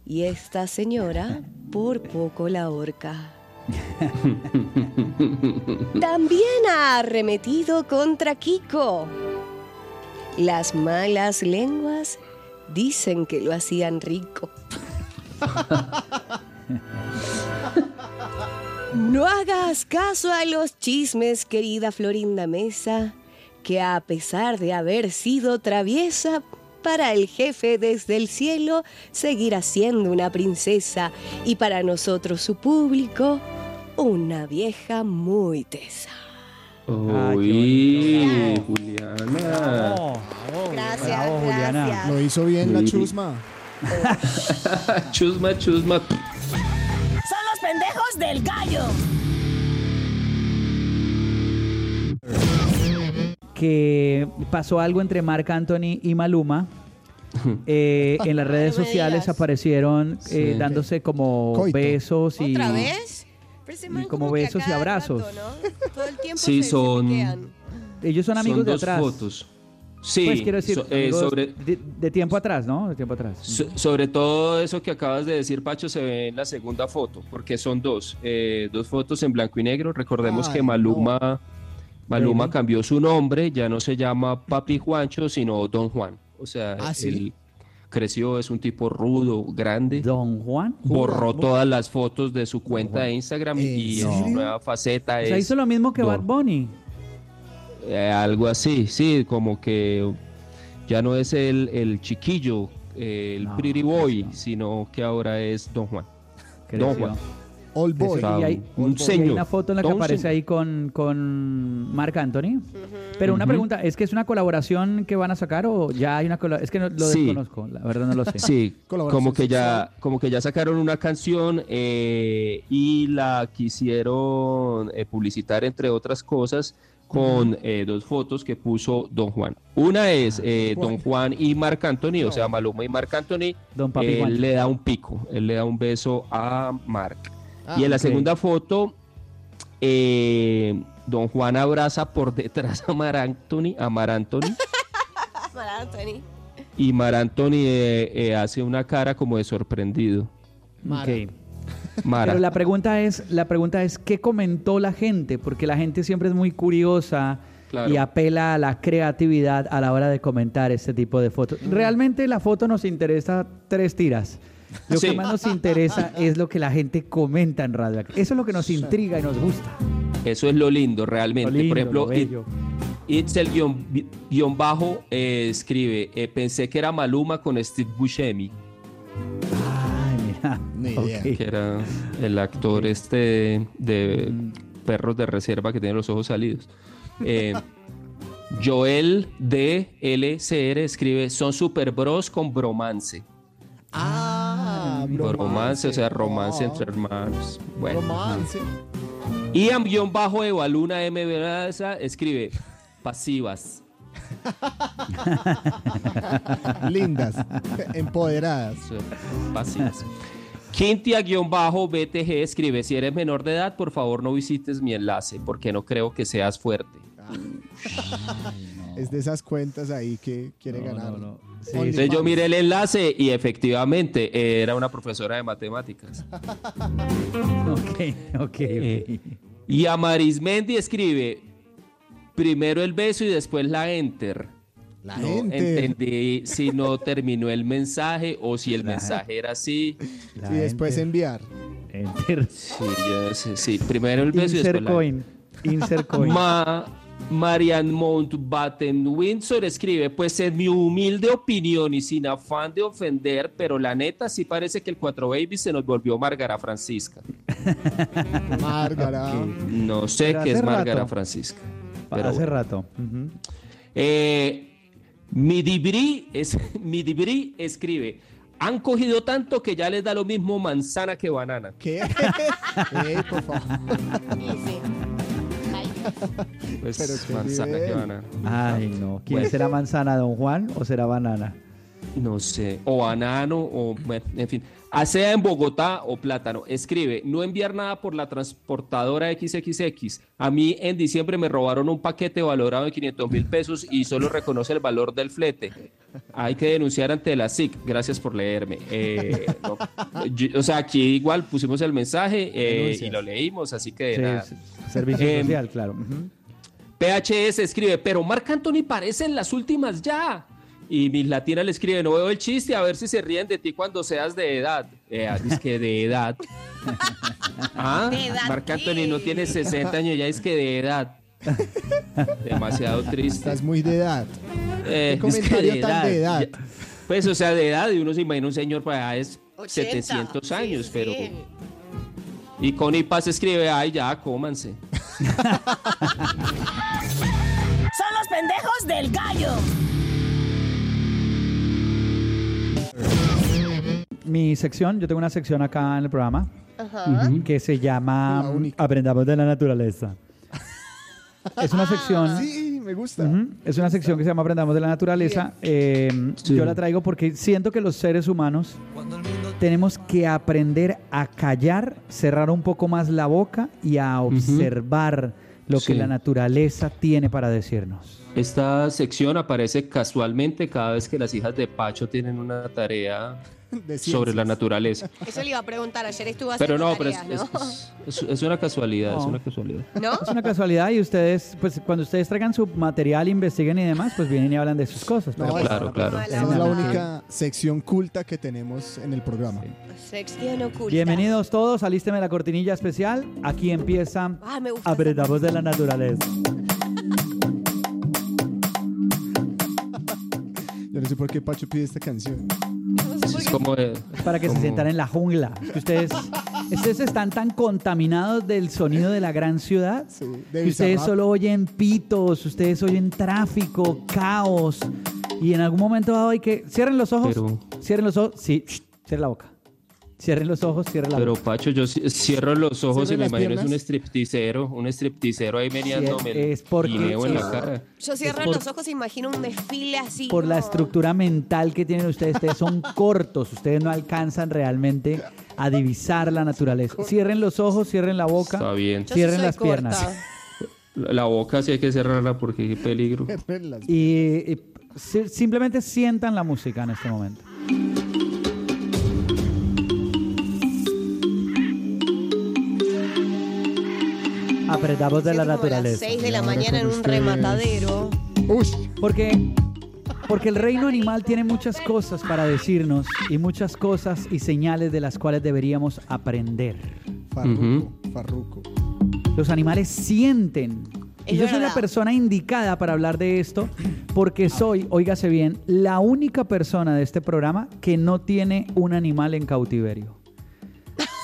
y esta señora por poco la horca. También ha arremetido contra Kiko. Las malas lenguas dicen que lo hacían rico. No hagas caso a los chismes, querida Florinda Mesa, que a pesar de haber sido traviesa, para el jefe desde el cielo seguirá siendo una princesa y para nosotros su público una vieja muy tesa.
Uy, Juliana.
Gracias.
Gracias, Bravo, Juliana. gracias.
Lo hizo bien la
Sí.
chusma.
chusma, chusma.
Son los pendejos del gallo.
que pasó algo entre Marc Anthony y Maluma. Eh, en las redes
No me
sociales
digas.
aparecieron eh,
Sí.
dándose como
Coito.
besos y,
¿Otra vez? Pero ese man
y como
que a
besos y
cada
abrazos.
rato, ¿no? Todo el tiempo
Sí,
se- se
son-
piquean.
Ellos son amigos
Son
de
dos
atrás.
fotos. Sí,
Pues quiero decir,
so- eh,
amigos
sobre-
de, de tiempo atrás, ¿no? De tiempo atrás.
So- sobre todo eso que acabas de decir, Pacho, se ve en la segunda foto, porque son dos, eh, dos fotos en blanco y negro. Recordemos
Ay,
que Maluma, Maluma cambió su nombre, ya no se llama Papi Juancho, sino Don Juan. O sea,
Ah, ¿sí?
él creció, es un tipo rudo, grande.
Don Juan.
Borró
Juan.
todas las fotos de su cuenta de Instagram y
¿En
su
serio?
nueva faceta
O sea,
es
hizo lo mismo que
Don
Bad Bunny.
eh, algo así, sí, como que ya no es el, el chiquillo, eh, el pretty boy, sino que ahora es Don Juan. Don Juan.
Old
Eso,
boy.
y hay,
un
y hay
señor.
una foto en la que
Don
aparece
señor.
ahí con, con Marc Anthony. Pero una
Ujú.
pregunta, ¿es que es una colaboración que van a sacar o ya hay una colaboración? Es que no, lo
Sí.
desconozco, la verdad no lo sé.
Sí, como que ya, como que ya sacaron una canción eh, y la quisieron eh, publicitar entre otras cosas con eh, dos fotos que puso Don Juan. Una
Ah,
es eh, Don Juan y Marc Anthony, o sea, Maluma y Marc Anthony.
Don Papi
él
Juan.
le da un pico, él le da un beso a Marc.
Ah,
y en la
ok.
segunda foto, eh, Don Juan abraza por detrás a Mar Anthony, a Mar Anthony.
Para Anthony.
Y Mar Anthony eh, eh, hace una cara como de sorprendido.
Ok.
Mara.
Pero la pregunta es, la pregunta es ¿qué comentó la gente? Porque la gente siempre es muy curiosa
Claro.
y apela a la creatividad a la hora de comentar este tipo de fotos. Realmente la foto nos interesa tres tiras. Lo que
Sí.
más nos interesa es lo que la gente comenta en Radio. Activa. Eso es lo que nos intriga y nos gusta.
Eso es lo lindo realmente.
Lo lindo,
Por ejemplo,
lo
eh, It-
bello.
Itzel guión, bi- guión bajo eh, escribe, eh, pensé que era Maluma con Steve Buscemi,
Ay, mira. Ok.
que era el actor este de Perros de Reserva que tiene los ojos salidos. Eh, Joel DLCR escribe, son super bros con bromance.
Ah,
Bromance,
bromance.
o sea, romance entre hermanos. Bueno.
Romance.
Ian-Bajo de Baluna M. Veraza escribe pasivas.
Lindas, empoderadas.
Pasivas. Quintia-BTG escribe: Si eres menor de edad, por favor no visites mi enlace, porque no creo que seas fuerte.
Es de esas cuentas ahí que quiere ganar.
Entonces yo miré el enlace y efectivamente eh, era una profesora de matemáticas.
Ok, ok, ok.
Eh, Y Amarismendi escribe: Primero el beso y después la enter.
La
no
enter.
entendí si no terminó el mensaje o si el mensaje era así.
Y después enviar.
Sí, yo sé, sí. Primero el beso y
Insert
después la
coin. Insert coin.
Ma- Marian Mountbatten Windsor escribe, pues en mi humilde opinión y sin afán de ofender, pero la neta sí parece que el 4 Baby se nos volvió Márgara Francisca.
Márgara.
No sé
Pero
qué es
hace
Márgara
rato.
Francisca. pero
Hace
bueno.
rato. Ujú.
Eh, Midibri, es, Midibri escribe, han cogido tanto que ya les da lo mismo manzana que banana.
¿Qué? Ey, por favor.
Pues,
Pero qué
manzana que
nivel.
banana.
Ay, no. ¿Quién
Bueno.
será manzana, don Juan o será banana?
No sé, o banano, o bueno, en fin. Acea en Bogotá o plátano. Escribe, no enviar nada por la transportadora XXX. A mí en diciembre me robaron un paquete valorado en 500 mil pesos y solo reconoce el valor del flete. Hay que denunciar ante la SIC. Gracias por leerme. Eh, no. Yo- o sea, aquí igual pusimos el mensaje eh,
Denuncias.
y lo leímos, así que
Sí,
nada.
es- servicio
Em,
social, claro. Ujú.
PHS escribe, pero Marc Anthony parece en las últimas ya. Y mis latinas le escribe, no veo el chiste, a ver si se ríen de ti cuando seas de edad. Eh, es que de edad. Ah, Marc Anthony no tiene 60 años, ya es que de edad. Demasiado triste.
Estás muy de edad.
Eh,
Qué comentario tan de edad.
Ya- Pues, o sea, de edad, y uno se imagina un señor para allá es
80,
700 años, pero... Y Connie Paz escribe, ay, ya, cómanse.
Son los pendejos del gallo.
mi sección, yo tengo una sección acá en el programa
Ajá.
ujú, que se llama Aprendamos de la Naturaleza. es una sección.
Sí, me gusta.
Ujú. Es una sección que se llama Aprendamos de la Naturaleza. Eh, Yo la traigo porque siento que los seres humanos tenemos que aprender a callar, cerrar un poco más la boca y a observar lo
Sí.
que la naturaleza tiene para decirnos.
Esta sección aparece casualmente cada vez que las hijas de Pacho tienen una tarea sobre la naturaleza.
Eso le iba a preguntar, ayer estuvo haciendo
Pero no, pero
tarea,
es, es- es- es una casualidad, es
No.
una casualidad.
Es una casualidad y ustedes, pues cuando ustedes traigan su material, investiguen y demás, pues vienen y hablan de sus cosas.
No,
pues,
Claro, claro.
Esa es la única sección culta que tenemos en el programa.
Sección oculta.
Bienvenidos todos, alísteme la cortinilla especial. Aquí empieza
Ah, me gusta.
Aprendamos de la Naturaleza.
Yo no sé por qué Pacho pide esta canción.
Es como de-
Para que se
como-
sientan en la jungla. Que ustedes, ustedes están tan contaminados del sonido de la gran ciudad
de
que ustedes
Bizarrap.
solo oyen pitos, ustedes oyen tráfico, caos. Y en algún momento dado hay que. Cierren los ojos.
Pero-
Cierren los ojos. Sí, shh, cierren la boca. Cierren los ojos, cierren la
Pero
boca.
Pacho, yo ci- cierro los ojos
Cierre
y me
las
imagino es un
piernas.
stripticero, un stripticero ahí meneándome el
es porque-
guineo en la cara.
Yo cierro
Es por-
los ojos e imagino un desfile así.
Por la
como-
estructura mental que tienen ustedes, ustedes son cortos, ustedes no alcanzan realmente a divisar la naturaleza. Cierren los ojos, cierren la boca,
Está bien.
cierren las piernas.
La la boca sí hay que cerrarla porque qué peligro.
Y, y si- simplemente sientan la música en este momento. Apretamos de la
Como a las
naturaleza.
6 de la mañana en un rematadero.
Porque, porque el reino animal tiene muchas cosas para decirnos y muchas cosas y señales de las cuales deberíamos aprender.
Farruco, Farruco.
Los animales sienten.
Es
y yo soy la
verdad. Ah.
persona indicada para hablar de esto porque soy, oígase bien, la única persona de este programa que no tiene un animal en cautiverio.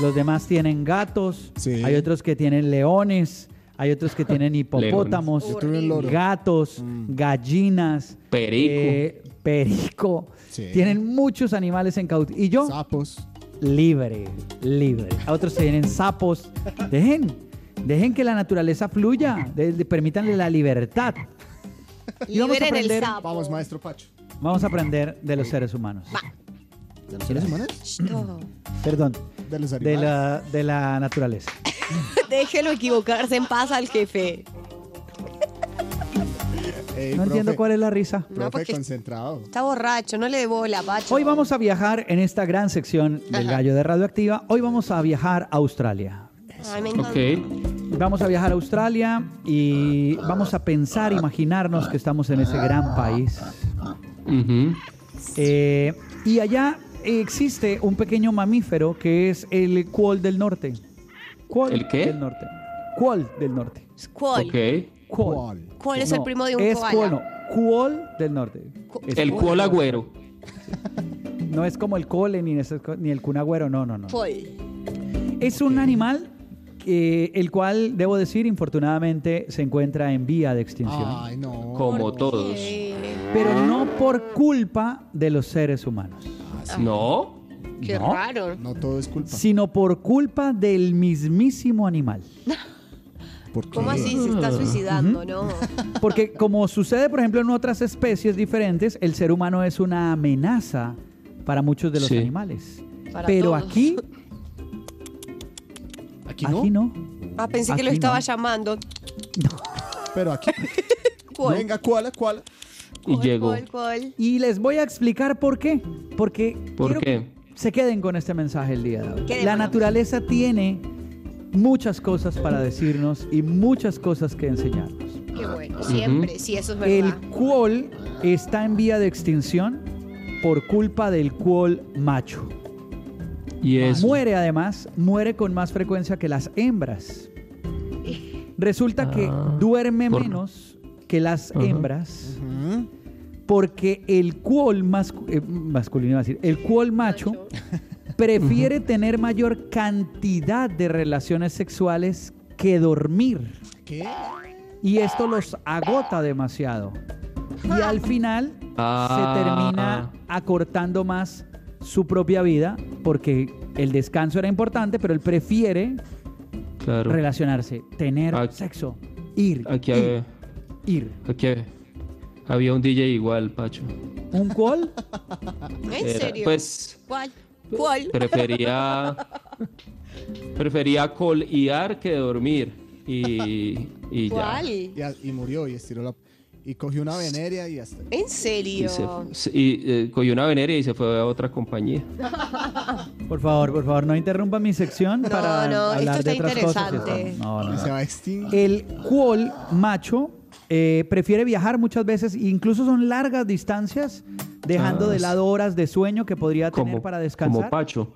Los demás tienen gatos, hay otros que tienen leones, hay otros que tienen hipopótamos,
Leones. Yo tuve un loro. Mm.
gatos, gallinas,
Perico.
eh, perico. Tienen muchos animales en cautiverio. Y yo,
sapos,
libre, libre. A otros se vienen sapos. Dejen, dejen que la naturaleza fluya, de- de- permítanle la libertad. Y vamos a
Liberen el
aprender,
sapo. Vamos, maestro Pacho.
vamos a aprender de los seres humanos.
¿De los seres humanos?
Perdón.
De los
De
animales.
la, de la naturaleza.
Déjelo equivocarse en paz al jefe.
Ey,
No entiendo
profe,
cuál es la risa.
Profe,
porque-
concentrado.
Está borracho, no le dé bola, Pacho.
Hoy vamos a viajar en esta gran sección del Gallo de Radioactiva. Hoy vamos a viajar a Australia.
Ay, me encanta.
Ok.
Vamos a viajar a Australia y vamos a pensar, imaginarnos que estamos en ese gran país. Eh, y allá existe un pequeño mamífero que es el cuol del norte. Cuol
¿El qué?
Del norte. Cuol del norte.
¿Cuál?
Ok.
Cuol.
¿Cuál es el primo de un
es
koala?
cuol, no. Cuol del norte. Es
El cuol agüero.
No es como el cole ni, esas co- ni el cunagüero, no, no, no.
¿Cuál?
Es un animal que, el cual, debo decir, infortunadamente se encuentra en vía de extinción.
Ay, no.
Como todos.
Pero no por culpa de los seres humanos,
No.
Qué
No.
raro.
No todo es culpa.
sino por culpa del mismísimo animal.
¿Cómo así? Se
Ah.
está suicidando, ¿no?
Porque como sucede, por ejemplo, en otras especies diferentes, el ser humano es una amenaza para muchos de los
Sí.
animales.
Para
Pero
todos.
aquí,
Aquí no.
aquí no.
Ah, pensé que lo
Aquí
estaba
no.
llamando.
Pero aquí.
¿Cuál?
Venga, cuala, cuala.
Y llegó.
¿Cuál, cuál?
Y les voy a explicar por qué. Porque
¿Por
quiero
qué?
que se queden con este mensaje el día de hoy.
Qué
La
demonios.
naturaleza tiene muchas cosas para decirnos y muchas cosas que enseñarnos.
Qué bueno. Siempre, sí, eso es
El
verdad.
cuol está en vía de extinción por culpa del cuol macho.
Y es.
Muere además, muere con más frecuencia que las hembras. Resulta que
Ah,
duerme
por-
menos que las
Ajá.
hembras porque el cuol mascu- eh, masculino, iba a decir, el cuol macho prefiere tener mayor cantidad de relaciones sexuales que dormir
¿Qué?
y esto los agota demasiado. Y al final se
Ah.
termina acortando más su propia vida porque el descanso era importante, pero él prefiere
Claro.
relacionarse, tener
Aquí-
sexo, ir,
Aquí
ir,
había,
ir.
aquí había, había un DJ igual, Pacho.
¿Un cuál?
¿En Era, serio? pues,
¿Cuál? ¿Cuál?
Prefería, prefería coliar que dormir. Y, y ya.
Y, a- y murió y estiró la. Y cogió una veneria y hasta.
¿En serio?
Y, se, se- y eh, cogió una veneria y se fue a otra compañía.
Por favor, por favor, no interrumpan mi sección para
no, esto
hablar de
está
otras cosas.
interesante.
No, no, no.
Se va a extinguir.
El cual macho eh, prefiere viajar muchas veces, incluso son largas distancias, dejando
Ah,
de
sí.
lado horas de sueño que podría tener para
Como
descansar,
Pacho.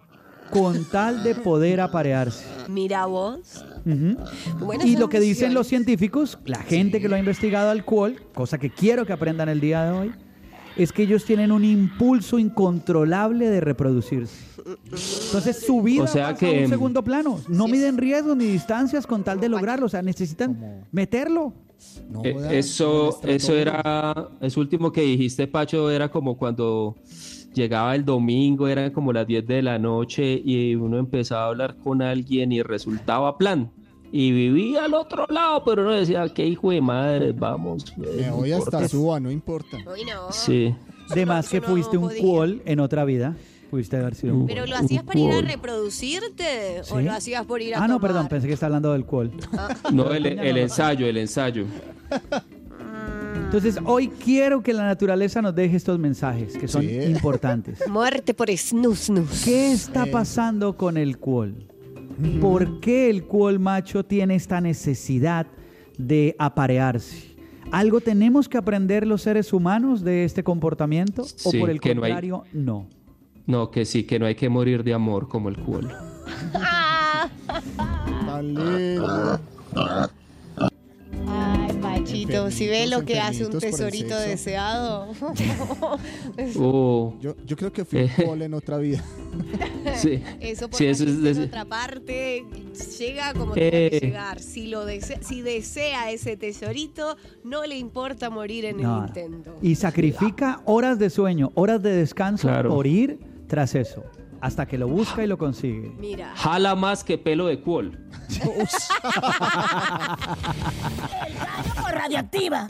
con tal de poder aparearse.
Mira vos.
Ujú.
Buenas
Y lo que
ambiciones.
dicen los científicos, la gente que lo ha investigado al cual, cosa que quiero que aprendan el día de hoy, es que ellos tienen un impulso incontrolable de reproducirse. Entonces su vida
O sea
pasa
que,
a un
em,
segundo plano. No miden riesgos ni distancias con tal de lograrlo. O sea, necesitan meterlo.
Eh, eso, eso era, eso último que dijiste, Pacho, era como cuando llegaba el domingo, eran como las 10 de la noche y uno empezaba a hablar con alguien y resultaba plan. Y vivía al otro lado, pero uno decía, qué hijo de madre, vamos.
Me voy hasta Suba, no importa.
Sí.
De más que
no
fuiste un
podía.
cual en otra vida. Pudiste haber sido un
¿Pero
cual.
lo hacías para ir a
Fútbol.
reproducirte o
¿Sí?
lo hacías por ir a
Ah, no,
tomar?
perdón, pensé que está hablando del cual.
No, el, el ensayo, el ensayo.
Entonces, hoy quiero que la naturaleza nos deje estos mensajes que son
Sí.
importantes.
Muerte por snus-nus.
¿Qué está pasando con el cual? ¿Por qué el cual macho tiene esta necesidad de aparearse? ¿Algo tenemos que aprender los seres humanos de este comportamiento? ¿O
Sí,
por el
que no hay-
contrario, no?
No, que sí, que no hay que morir de amor como el culo.
Dale.
Ah.
Ay, Pachito, si ve lo que hace un
enfermitos por el
tesorito
sexo.
deseado.
Oh,
Yo, yo creo que fui un col en otra vida.
sí.
Eso por
Sí,
la
eso es
gente en
des-
otra parte llega como tiene que
Eh.
llegar. Si, lo dese- si desea ese tesorito, no le importa morir en
Nada.
el intento.
Y sacrifica horas de sueño, horas de descanso
Claro.
por ir tras eso, hasta que lo busca y lo consigue.
Mira.
Jala más que pelo de cuol.
Como radioactiva.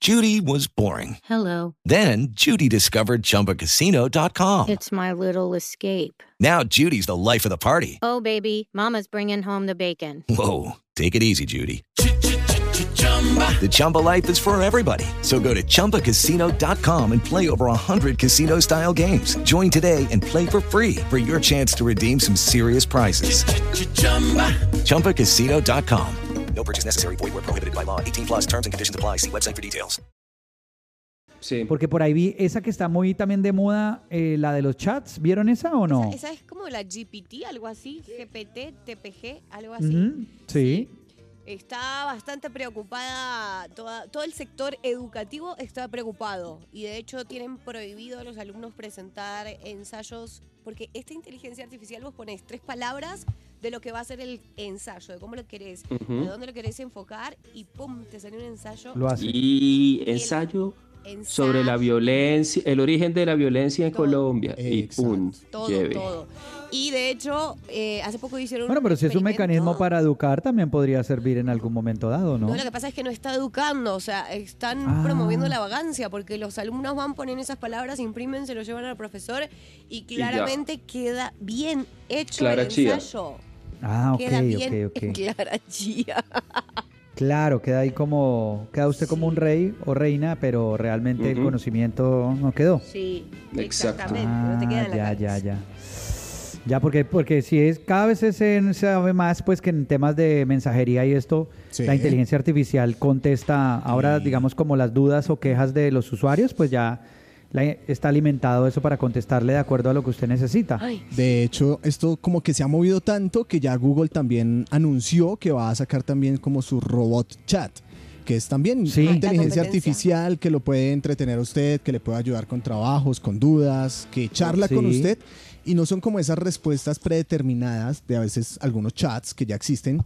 Judy was boring.
Hello.
Then Judy discovered ChumbaCasino.com.
It's my little escape.
Now Judy's the life of the party.
Oh, baby, Mama's bringing home the bacon.
Whoa, take it easy, Judy. The Chumba life is for everybody. So go to ChumbaCasino.com and play over 100 casino style games. Join today and play for free for your chance to redeem some serious prizes. ChumbaCasino.com.
No purchase necessary. Void where prohibited by law. 18 plus terms and conditions apply. See website for details.
Porque por ahí vi esa que está muy también de moda, eh, la de los chats. ¿Vieron esa o no?
Esa es como la GPT, algo así, GPT, TPG, algo así.
Ujú, Sí.
Está bastante preocupada, toda- todo el sector educativo está preocupado y de hecho tienen prohibido a los alumnos presentar ensayos porque esta inteligencia artificial vos pones tres palabras de lo que va a ser el ensayo, de cómo lo querés,
Ujú.
de dónde lo querés enfocar y pum, te sale un ensayo.
Y ensayo sobre la violencia, el origen de la violencia en Colombia. Y un
Todo,
lleve.
todo. Y de hecho, eh, hace poco hicieron
Bueno, pero si es un
experimento.
mecanismo para educar, también podría servir en algún momento dado, ¿no?
No, lo que pasa es que no está educando, o sea, están
Ah.
promoviendo la vagancia, porque los alumnos van, ponen esas palabras, imprimen, se lo llevan al profesor y
ya.
claramente queda bien hecho
Clara
el
Chía.
ensayo.
Ah, ok,
queda bien
ok, ok.
Clara Chía.
Claro, queda ahí como, queda usted como un rey o reina, pero realmente el
Ujú.
conocimiento no quedó.
Sí,
Exacto.
exactamente. no te queda en la
Ah, ya,
cabeza.
ya, ya. Ya, porque, porque si es, cada vez se- se sabe más, pues que en temas de mensajería y esto, la inteligencia artificial contesta ahora, digamos, como las dudas o quejas de los usuarios, pues ya la- está alimentado eso para contestarle de acuerdo a lo que usted necesita.
De hecho, esto como que se ha movido tanto que ya Google también anunció que va a sacar también como su robot chat, que es también
Sí.
inteligencia
La competencia.
artificial que lo puede entretener a usted, que le puede ayudar con trabajos, con dudas, que charla con
Sí.
usted y no son como esas respuestas predeterminadas de a veces algunos chats que ya existen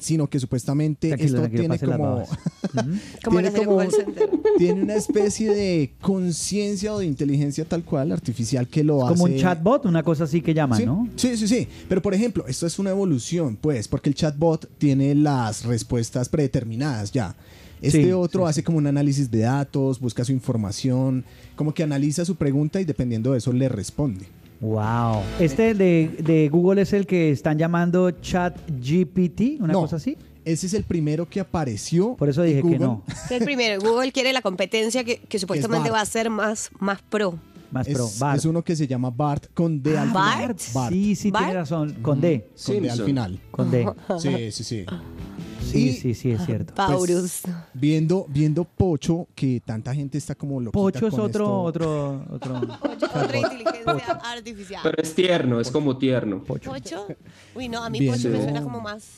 sino que supuestamente
Tranquilo,
esto
tranquilo,
tiene
pase las
como,
babas. Ujú.
Como
tiene
en el call center.
tiene una especie de conciencia o de inteligencia tal cual artificial que lo hace
Como un chatbot, una cosa así que llaman,
Ah, sí,
¿no?
Sí, sí, sí. Pero por ejemplo, esto es una evolución, pues, porque el chatbot tiene las respuestas predeterminadas ya. Este
Sí,
otro hace como un análisis de datos, busca su información, como que analiza su pregunta y dependiendo de eso le responde.
Wow. Este de, de Google es el que están llamando ChatGPT, una
No,
cosa así.
Ese es el primero que apareció.
Por eso dije que no.
Es el primero. Google quiere la competencia que, que supuestamente
Bard.
va a ser más, más pro.
Más
es,
pro, Ah, Bart.
es uno que se llama Bart con D al final.
Bart.
Bart. Mm.
Sí, sí, tiene razón. Con D.
Con D al
Simpson.
final.
Con D.
Sí, sí, sí.
Sí, sí, sí, es cierto.
Pues, viendo, viendo Pocho, que tanta gente está como loquita
Pocho es
con
otro,
esto.
otro, otro.
Otra inteligencia artificial.
Pero es tierno, es como tierno.
¿Pocho? Uy, no, a mí
Bien.
Pocho me
Sí.
suena como más...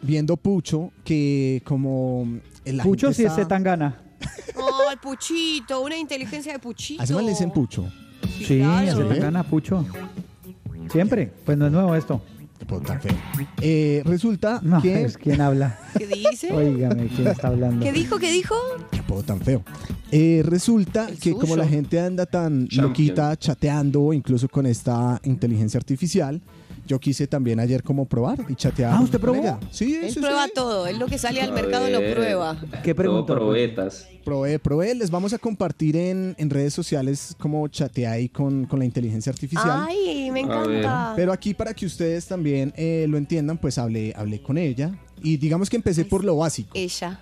Viendo Pucho, que como la
Pucho
gente
sí es
está-
Zetangana.
Oh, el Puchito, una inteligencia de Puchito.
¿A ese man le dicen Pucho?
Sí, es
claro.
Zetangana, Pucho. Siempre. Pues no es nuevo esto.
Puta fe. Eh, resulta
No,
que...
es quien habla.
¿Qué dice?
Óigame, ¿quién está hablando?
¿Qué dijo? ¿Qué dijo?
Qué apodo tan feo. Eh, resulta que como la gente anda tan
Champion.
loquita chateando, incluso con esta inteligencia artificial, yo quise también ayer como probar y chatear.
Ah, ¿usted
con
probó?
ella. Sí,
Él
sí, sí.
prueba todo, es lo que sale al
A
mercado lo
ver,
prueba.
¿Qué preguntó?
Todo probetas.
Probé, probé. Les vamos a compartir en, en redes sociales cómo chatea ahí con, con la inteligencia
Ah,
artificial.
Ay, me
A ver.
encanta.
Pero aquí para que ustedes también eh, lo entiendan, pues hablé, hablé con ella. Y digamos que empecé por lo básico.
Ella.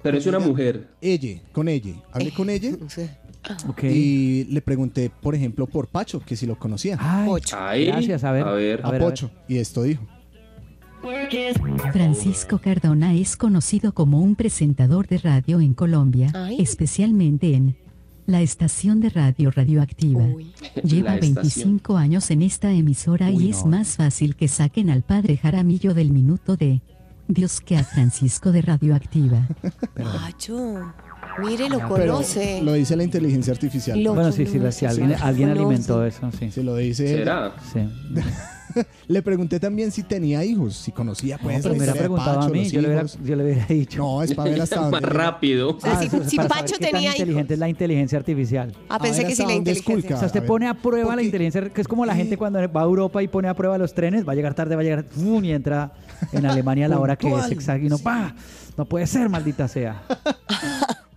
Pero es una mujer.
Ella, con ella. Hablé con ella
Ok.
y le pregunté, por ejemplo, por Pacho, que si lo conocía.
Ay,
Ahí.
Gracias, a ver,
A ver.
a ver.
a Pocho. Y esto dijo.
Francisco Cardona es conocido como un presentador de radio en Colombia,
Ay.
especialmente en la estación de radio radioactiva. Lleva
La estación.
25 años en esta emisora
Uy,
y es
no.
más fácil que saquen al padre Jaramillo del minuto de Dios que a Francisco de radioactiva.
Pacho, mire, lo
Pero
conoce.
lo dice la inteligencia artificial.
Lo-
Bueno, sí, sí,
conoce,
sí, alguien,
sí,
alguien
conoce.
alimentó eso, sí.
Se lo dice. ella.
¿Será?
Sí.
Le pregunté también si tenía hijos, si conocía pues
No, pero me
la
hubiera
historia de
preguntado a
Pacho,
mí,
los
yo le, hubiera,
hijos.
yo le hubiera dicho.
No, es para ver hasta
Más
dónde.
rápido.
sea, si-
eso
si
ah, para
Pacho
saber qué tan
tenía
inteligente es la inteligencia artificial.
Ah,
A
pensé
ver
que sí
hasta
la
dónde
inteligencia.
O
esculca.
sea,
A
usted
ver.
pone a prueba la
Porque-
inteligencia, que es como la
Sí.
gente cuando va a Europa y pone a prueba los trenes, va a llegar tarde, va a llegar ¡fum! y entra en Alemania a la hora que es
Puntual.
exacto y no, ¡pa! No puede ser, maldita sea.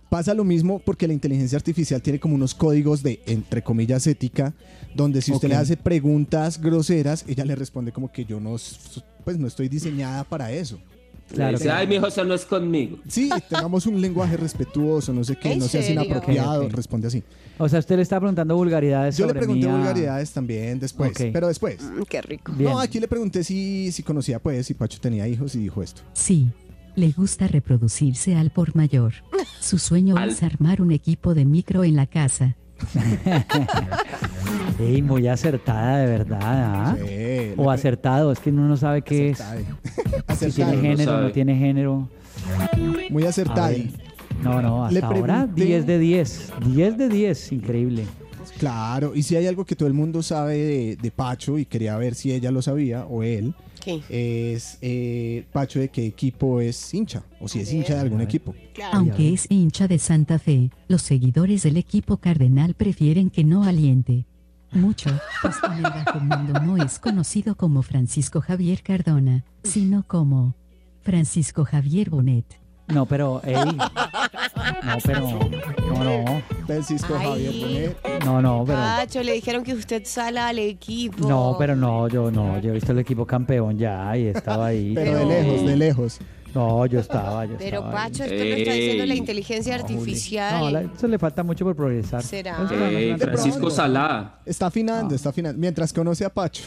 Pasa lo mismo porque la inteligencia artificial tiene como unos códigos de, entre comillas, ética, donde si usted
Ok.
le hace preguntas groseras, ella le responde como que yo no, s- pues no estoy diseñada para eso.
Claro,
dice, ay, mi hijo, eso no es conmigo.
Sí, tengamos un lenguaje respetuoso, no sé qué,
¿En
no seas
serio?
inapropiado,
Ok, ok.
responde así.
O sea, usted le está preguntando vulgaridades
Yo le
sobre
pregunté
mí a-
vulgaridades también después,
Ok.
pero después.
Mm, Qué rico.
Bien.
No, aquí le pregunté si, si conocía pues, si Pacho tenía hijos y dijo esto.
Sí, le gusta reproducirse al por mayor. Su sueño
Al-
es armar un equipo de micro en la casa.
Ey, muy acertada, de verdad. ¿ah?
Sí,
O
Eh, la-
acertado, es que uno no sabe qué es.
Acertade.
Si tiene
Acertade.
gen-
género, no
sabe.
tiene género.
Muy
A
acertado.
ver. No, no, hasta
Le
ahora
pregunté-
10 de 10. 10 de 10, increíble.
Claro, y si hay algo que todo el mundo sabe de, de Pacho y quería ver si ella lo sabía o él,
¿Qué?
es eh, Pacho de qué equipo es hincha o si es
ver.
hincha de algún equipo.
Claro.
Aunque es hincha de Santa Fe, los seguidores del equipo cardenal prefieren que no aliente. Mucho, pues en el bajo mundo no es conocido como Francisco Javier Cardona, sino como Francisco Javier Bonet.
No, pero, ey. No, pero. No, no.
Francisco
Ay.
Javier Bonet.
No, no, pero.
Pacho, le dijeron que usted sala al equipo.
No, pero no, yo no. Yo he visto el equipo campeón ya y estaba ahí.
Pero de
Pero-
lejos, de lejos.
No, yo estaba, yo
Pero
estaba ahí.
Pacho, esto lo está diciendo la
Ey.
inteligencia
No, Juli.
artificial.
No, la- eso le falta mucho por progresar.
¿Será?
Eso no es
Ey,
grande.
Francisco Salá.
Está
Ah.
afinando, está afinando. Mientras conoce a Pacho.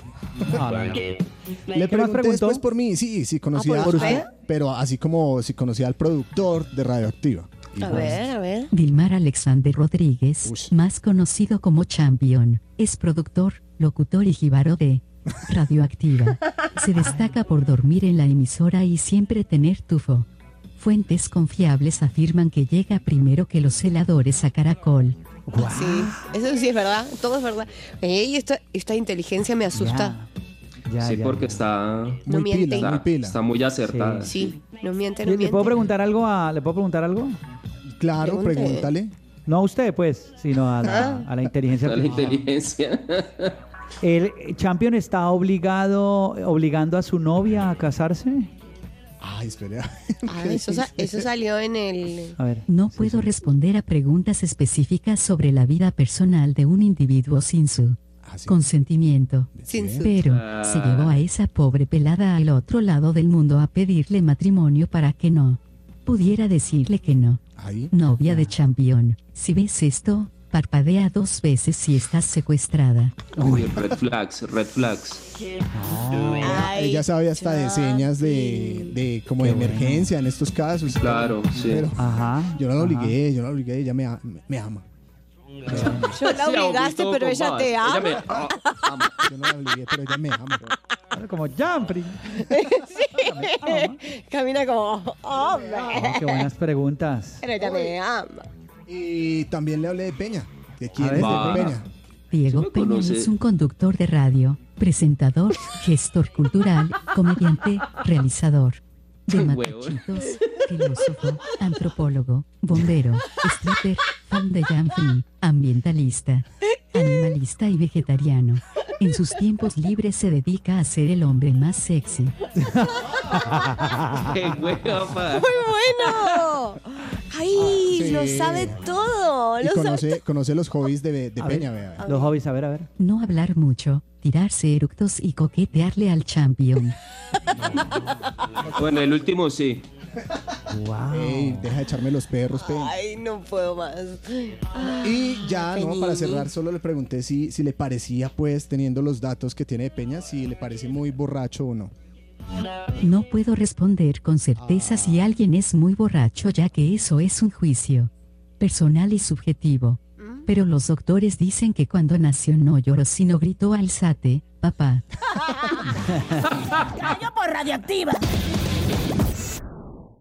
No, no, no.
Le
¿Qué más
pregunté
preguntó?
después por mí, sí, sí conocía,
¿por
a-
usted?
pero así como si conocía al productor de Radioactiva. Y
A
pues,
ver, a ver.
Dilmar Alexander Rodríguez, más conocido como Champion, es productor, locutor y jíbaro de Radioactiva. Se destaca por dormir en la emisora y siempre tener tufo. Fuentes confiables afirman que llega primero que los heladores a Caracol.
Sí, eso sí es verdad, todo es verdad. Ey, esta, esta inteligencia me asusta.
Ya.
Ya, sí, ya, porque ya. está
muy,
muy
pila,
está,
muy pila.
está muy acertada.
Sí, sí. no miente, no
¿Le,
miente.
puedo preguntar algo a, ¿Le puedo preguntar algo?
Claro, pregúntale.
No a usted, pues, sino a
Ah.
la, a la inteligencia
A la inteligencia.
¿El champion está obligado, obligando a su novia a casarse?
Ay, espera.
Ah, eso, sa- eso salió en el...
A ver.
No puedo responder a preguntas específicas sobre la vida personal de un individuo sin su consentimiento.
Sin su-
Pero
Ah.
se llevó a esa pobre pelada al otro lado del mundo a pedirle matrimonio para que no pudiera decirle que no. Novia
Ah.
de champion, si ves esto, parpadea dos veces si estás secuestrada.
Uy, red flags, red flags.
Ah, Ella sabe hasta de señas de, de como de emergencia en estos casos. ah,
Claro, sí.
Ajá.
Yo no la obligué, yo no la obligué, ella me, a- me- me ama.
Yo la obligaste,
Augusto
pero ella
Pompas.
te ama.
me- ah,
Yo no la obligué, pero ella me ama.
Como Jumping.
sí. Camina como, hombre.
Oh, Qué buenas preguntas.
Pero ella me ama.
Y también le hablé de Peña. este ¿De quién
A ver.
es Diego
Va.
Peña?
Diego Peña
conoce.
es un conductor de radio, presentador, gestor cultural, comediante, realizador. De
Huevón.
matachitos, filósofo, antropólogo, bombero, stripper, fan de Jan Free, ambientalista, animalista y vegetariano. En sus tiempos libres se dedica a ser el hombre más sexy.
Qué hueva, pa.
¡Muy bueno! ¡Ay!
Sí.
Lo sabe todo.
Y
Lo sabe
conoce, conoce los hobbies de, de
A
Peña,
ver,
vea.
Los hobbies, a ver, a ver.
No hablar mucho, tirarse eructos y coquetearle al champion.
Bueno, el último sí.
Ey, deja de echarme los perros, Peña.
Ay, no puedo más. Ah,
Y ya, no, para
Peñini.
cerrar, solo le pregunté si, si le parecía, pues, teniendo los datos que tiene de Peña, si le parece muy borracho o no.
No puedo responder con certeza si alguien es muy borracho ya que eso es un juicio personal y subjetivo. Pero los doctores dicen que cuando nació no lloró sino gritó alzate, papá.
Gallo por radioactiva.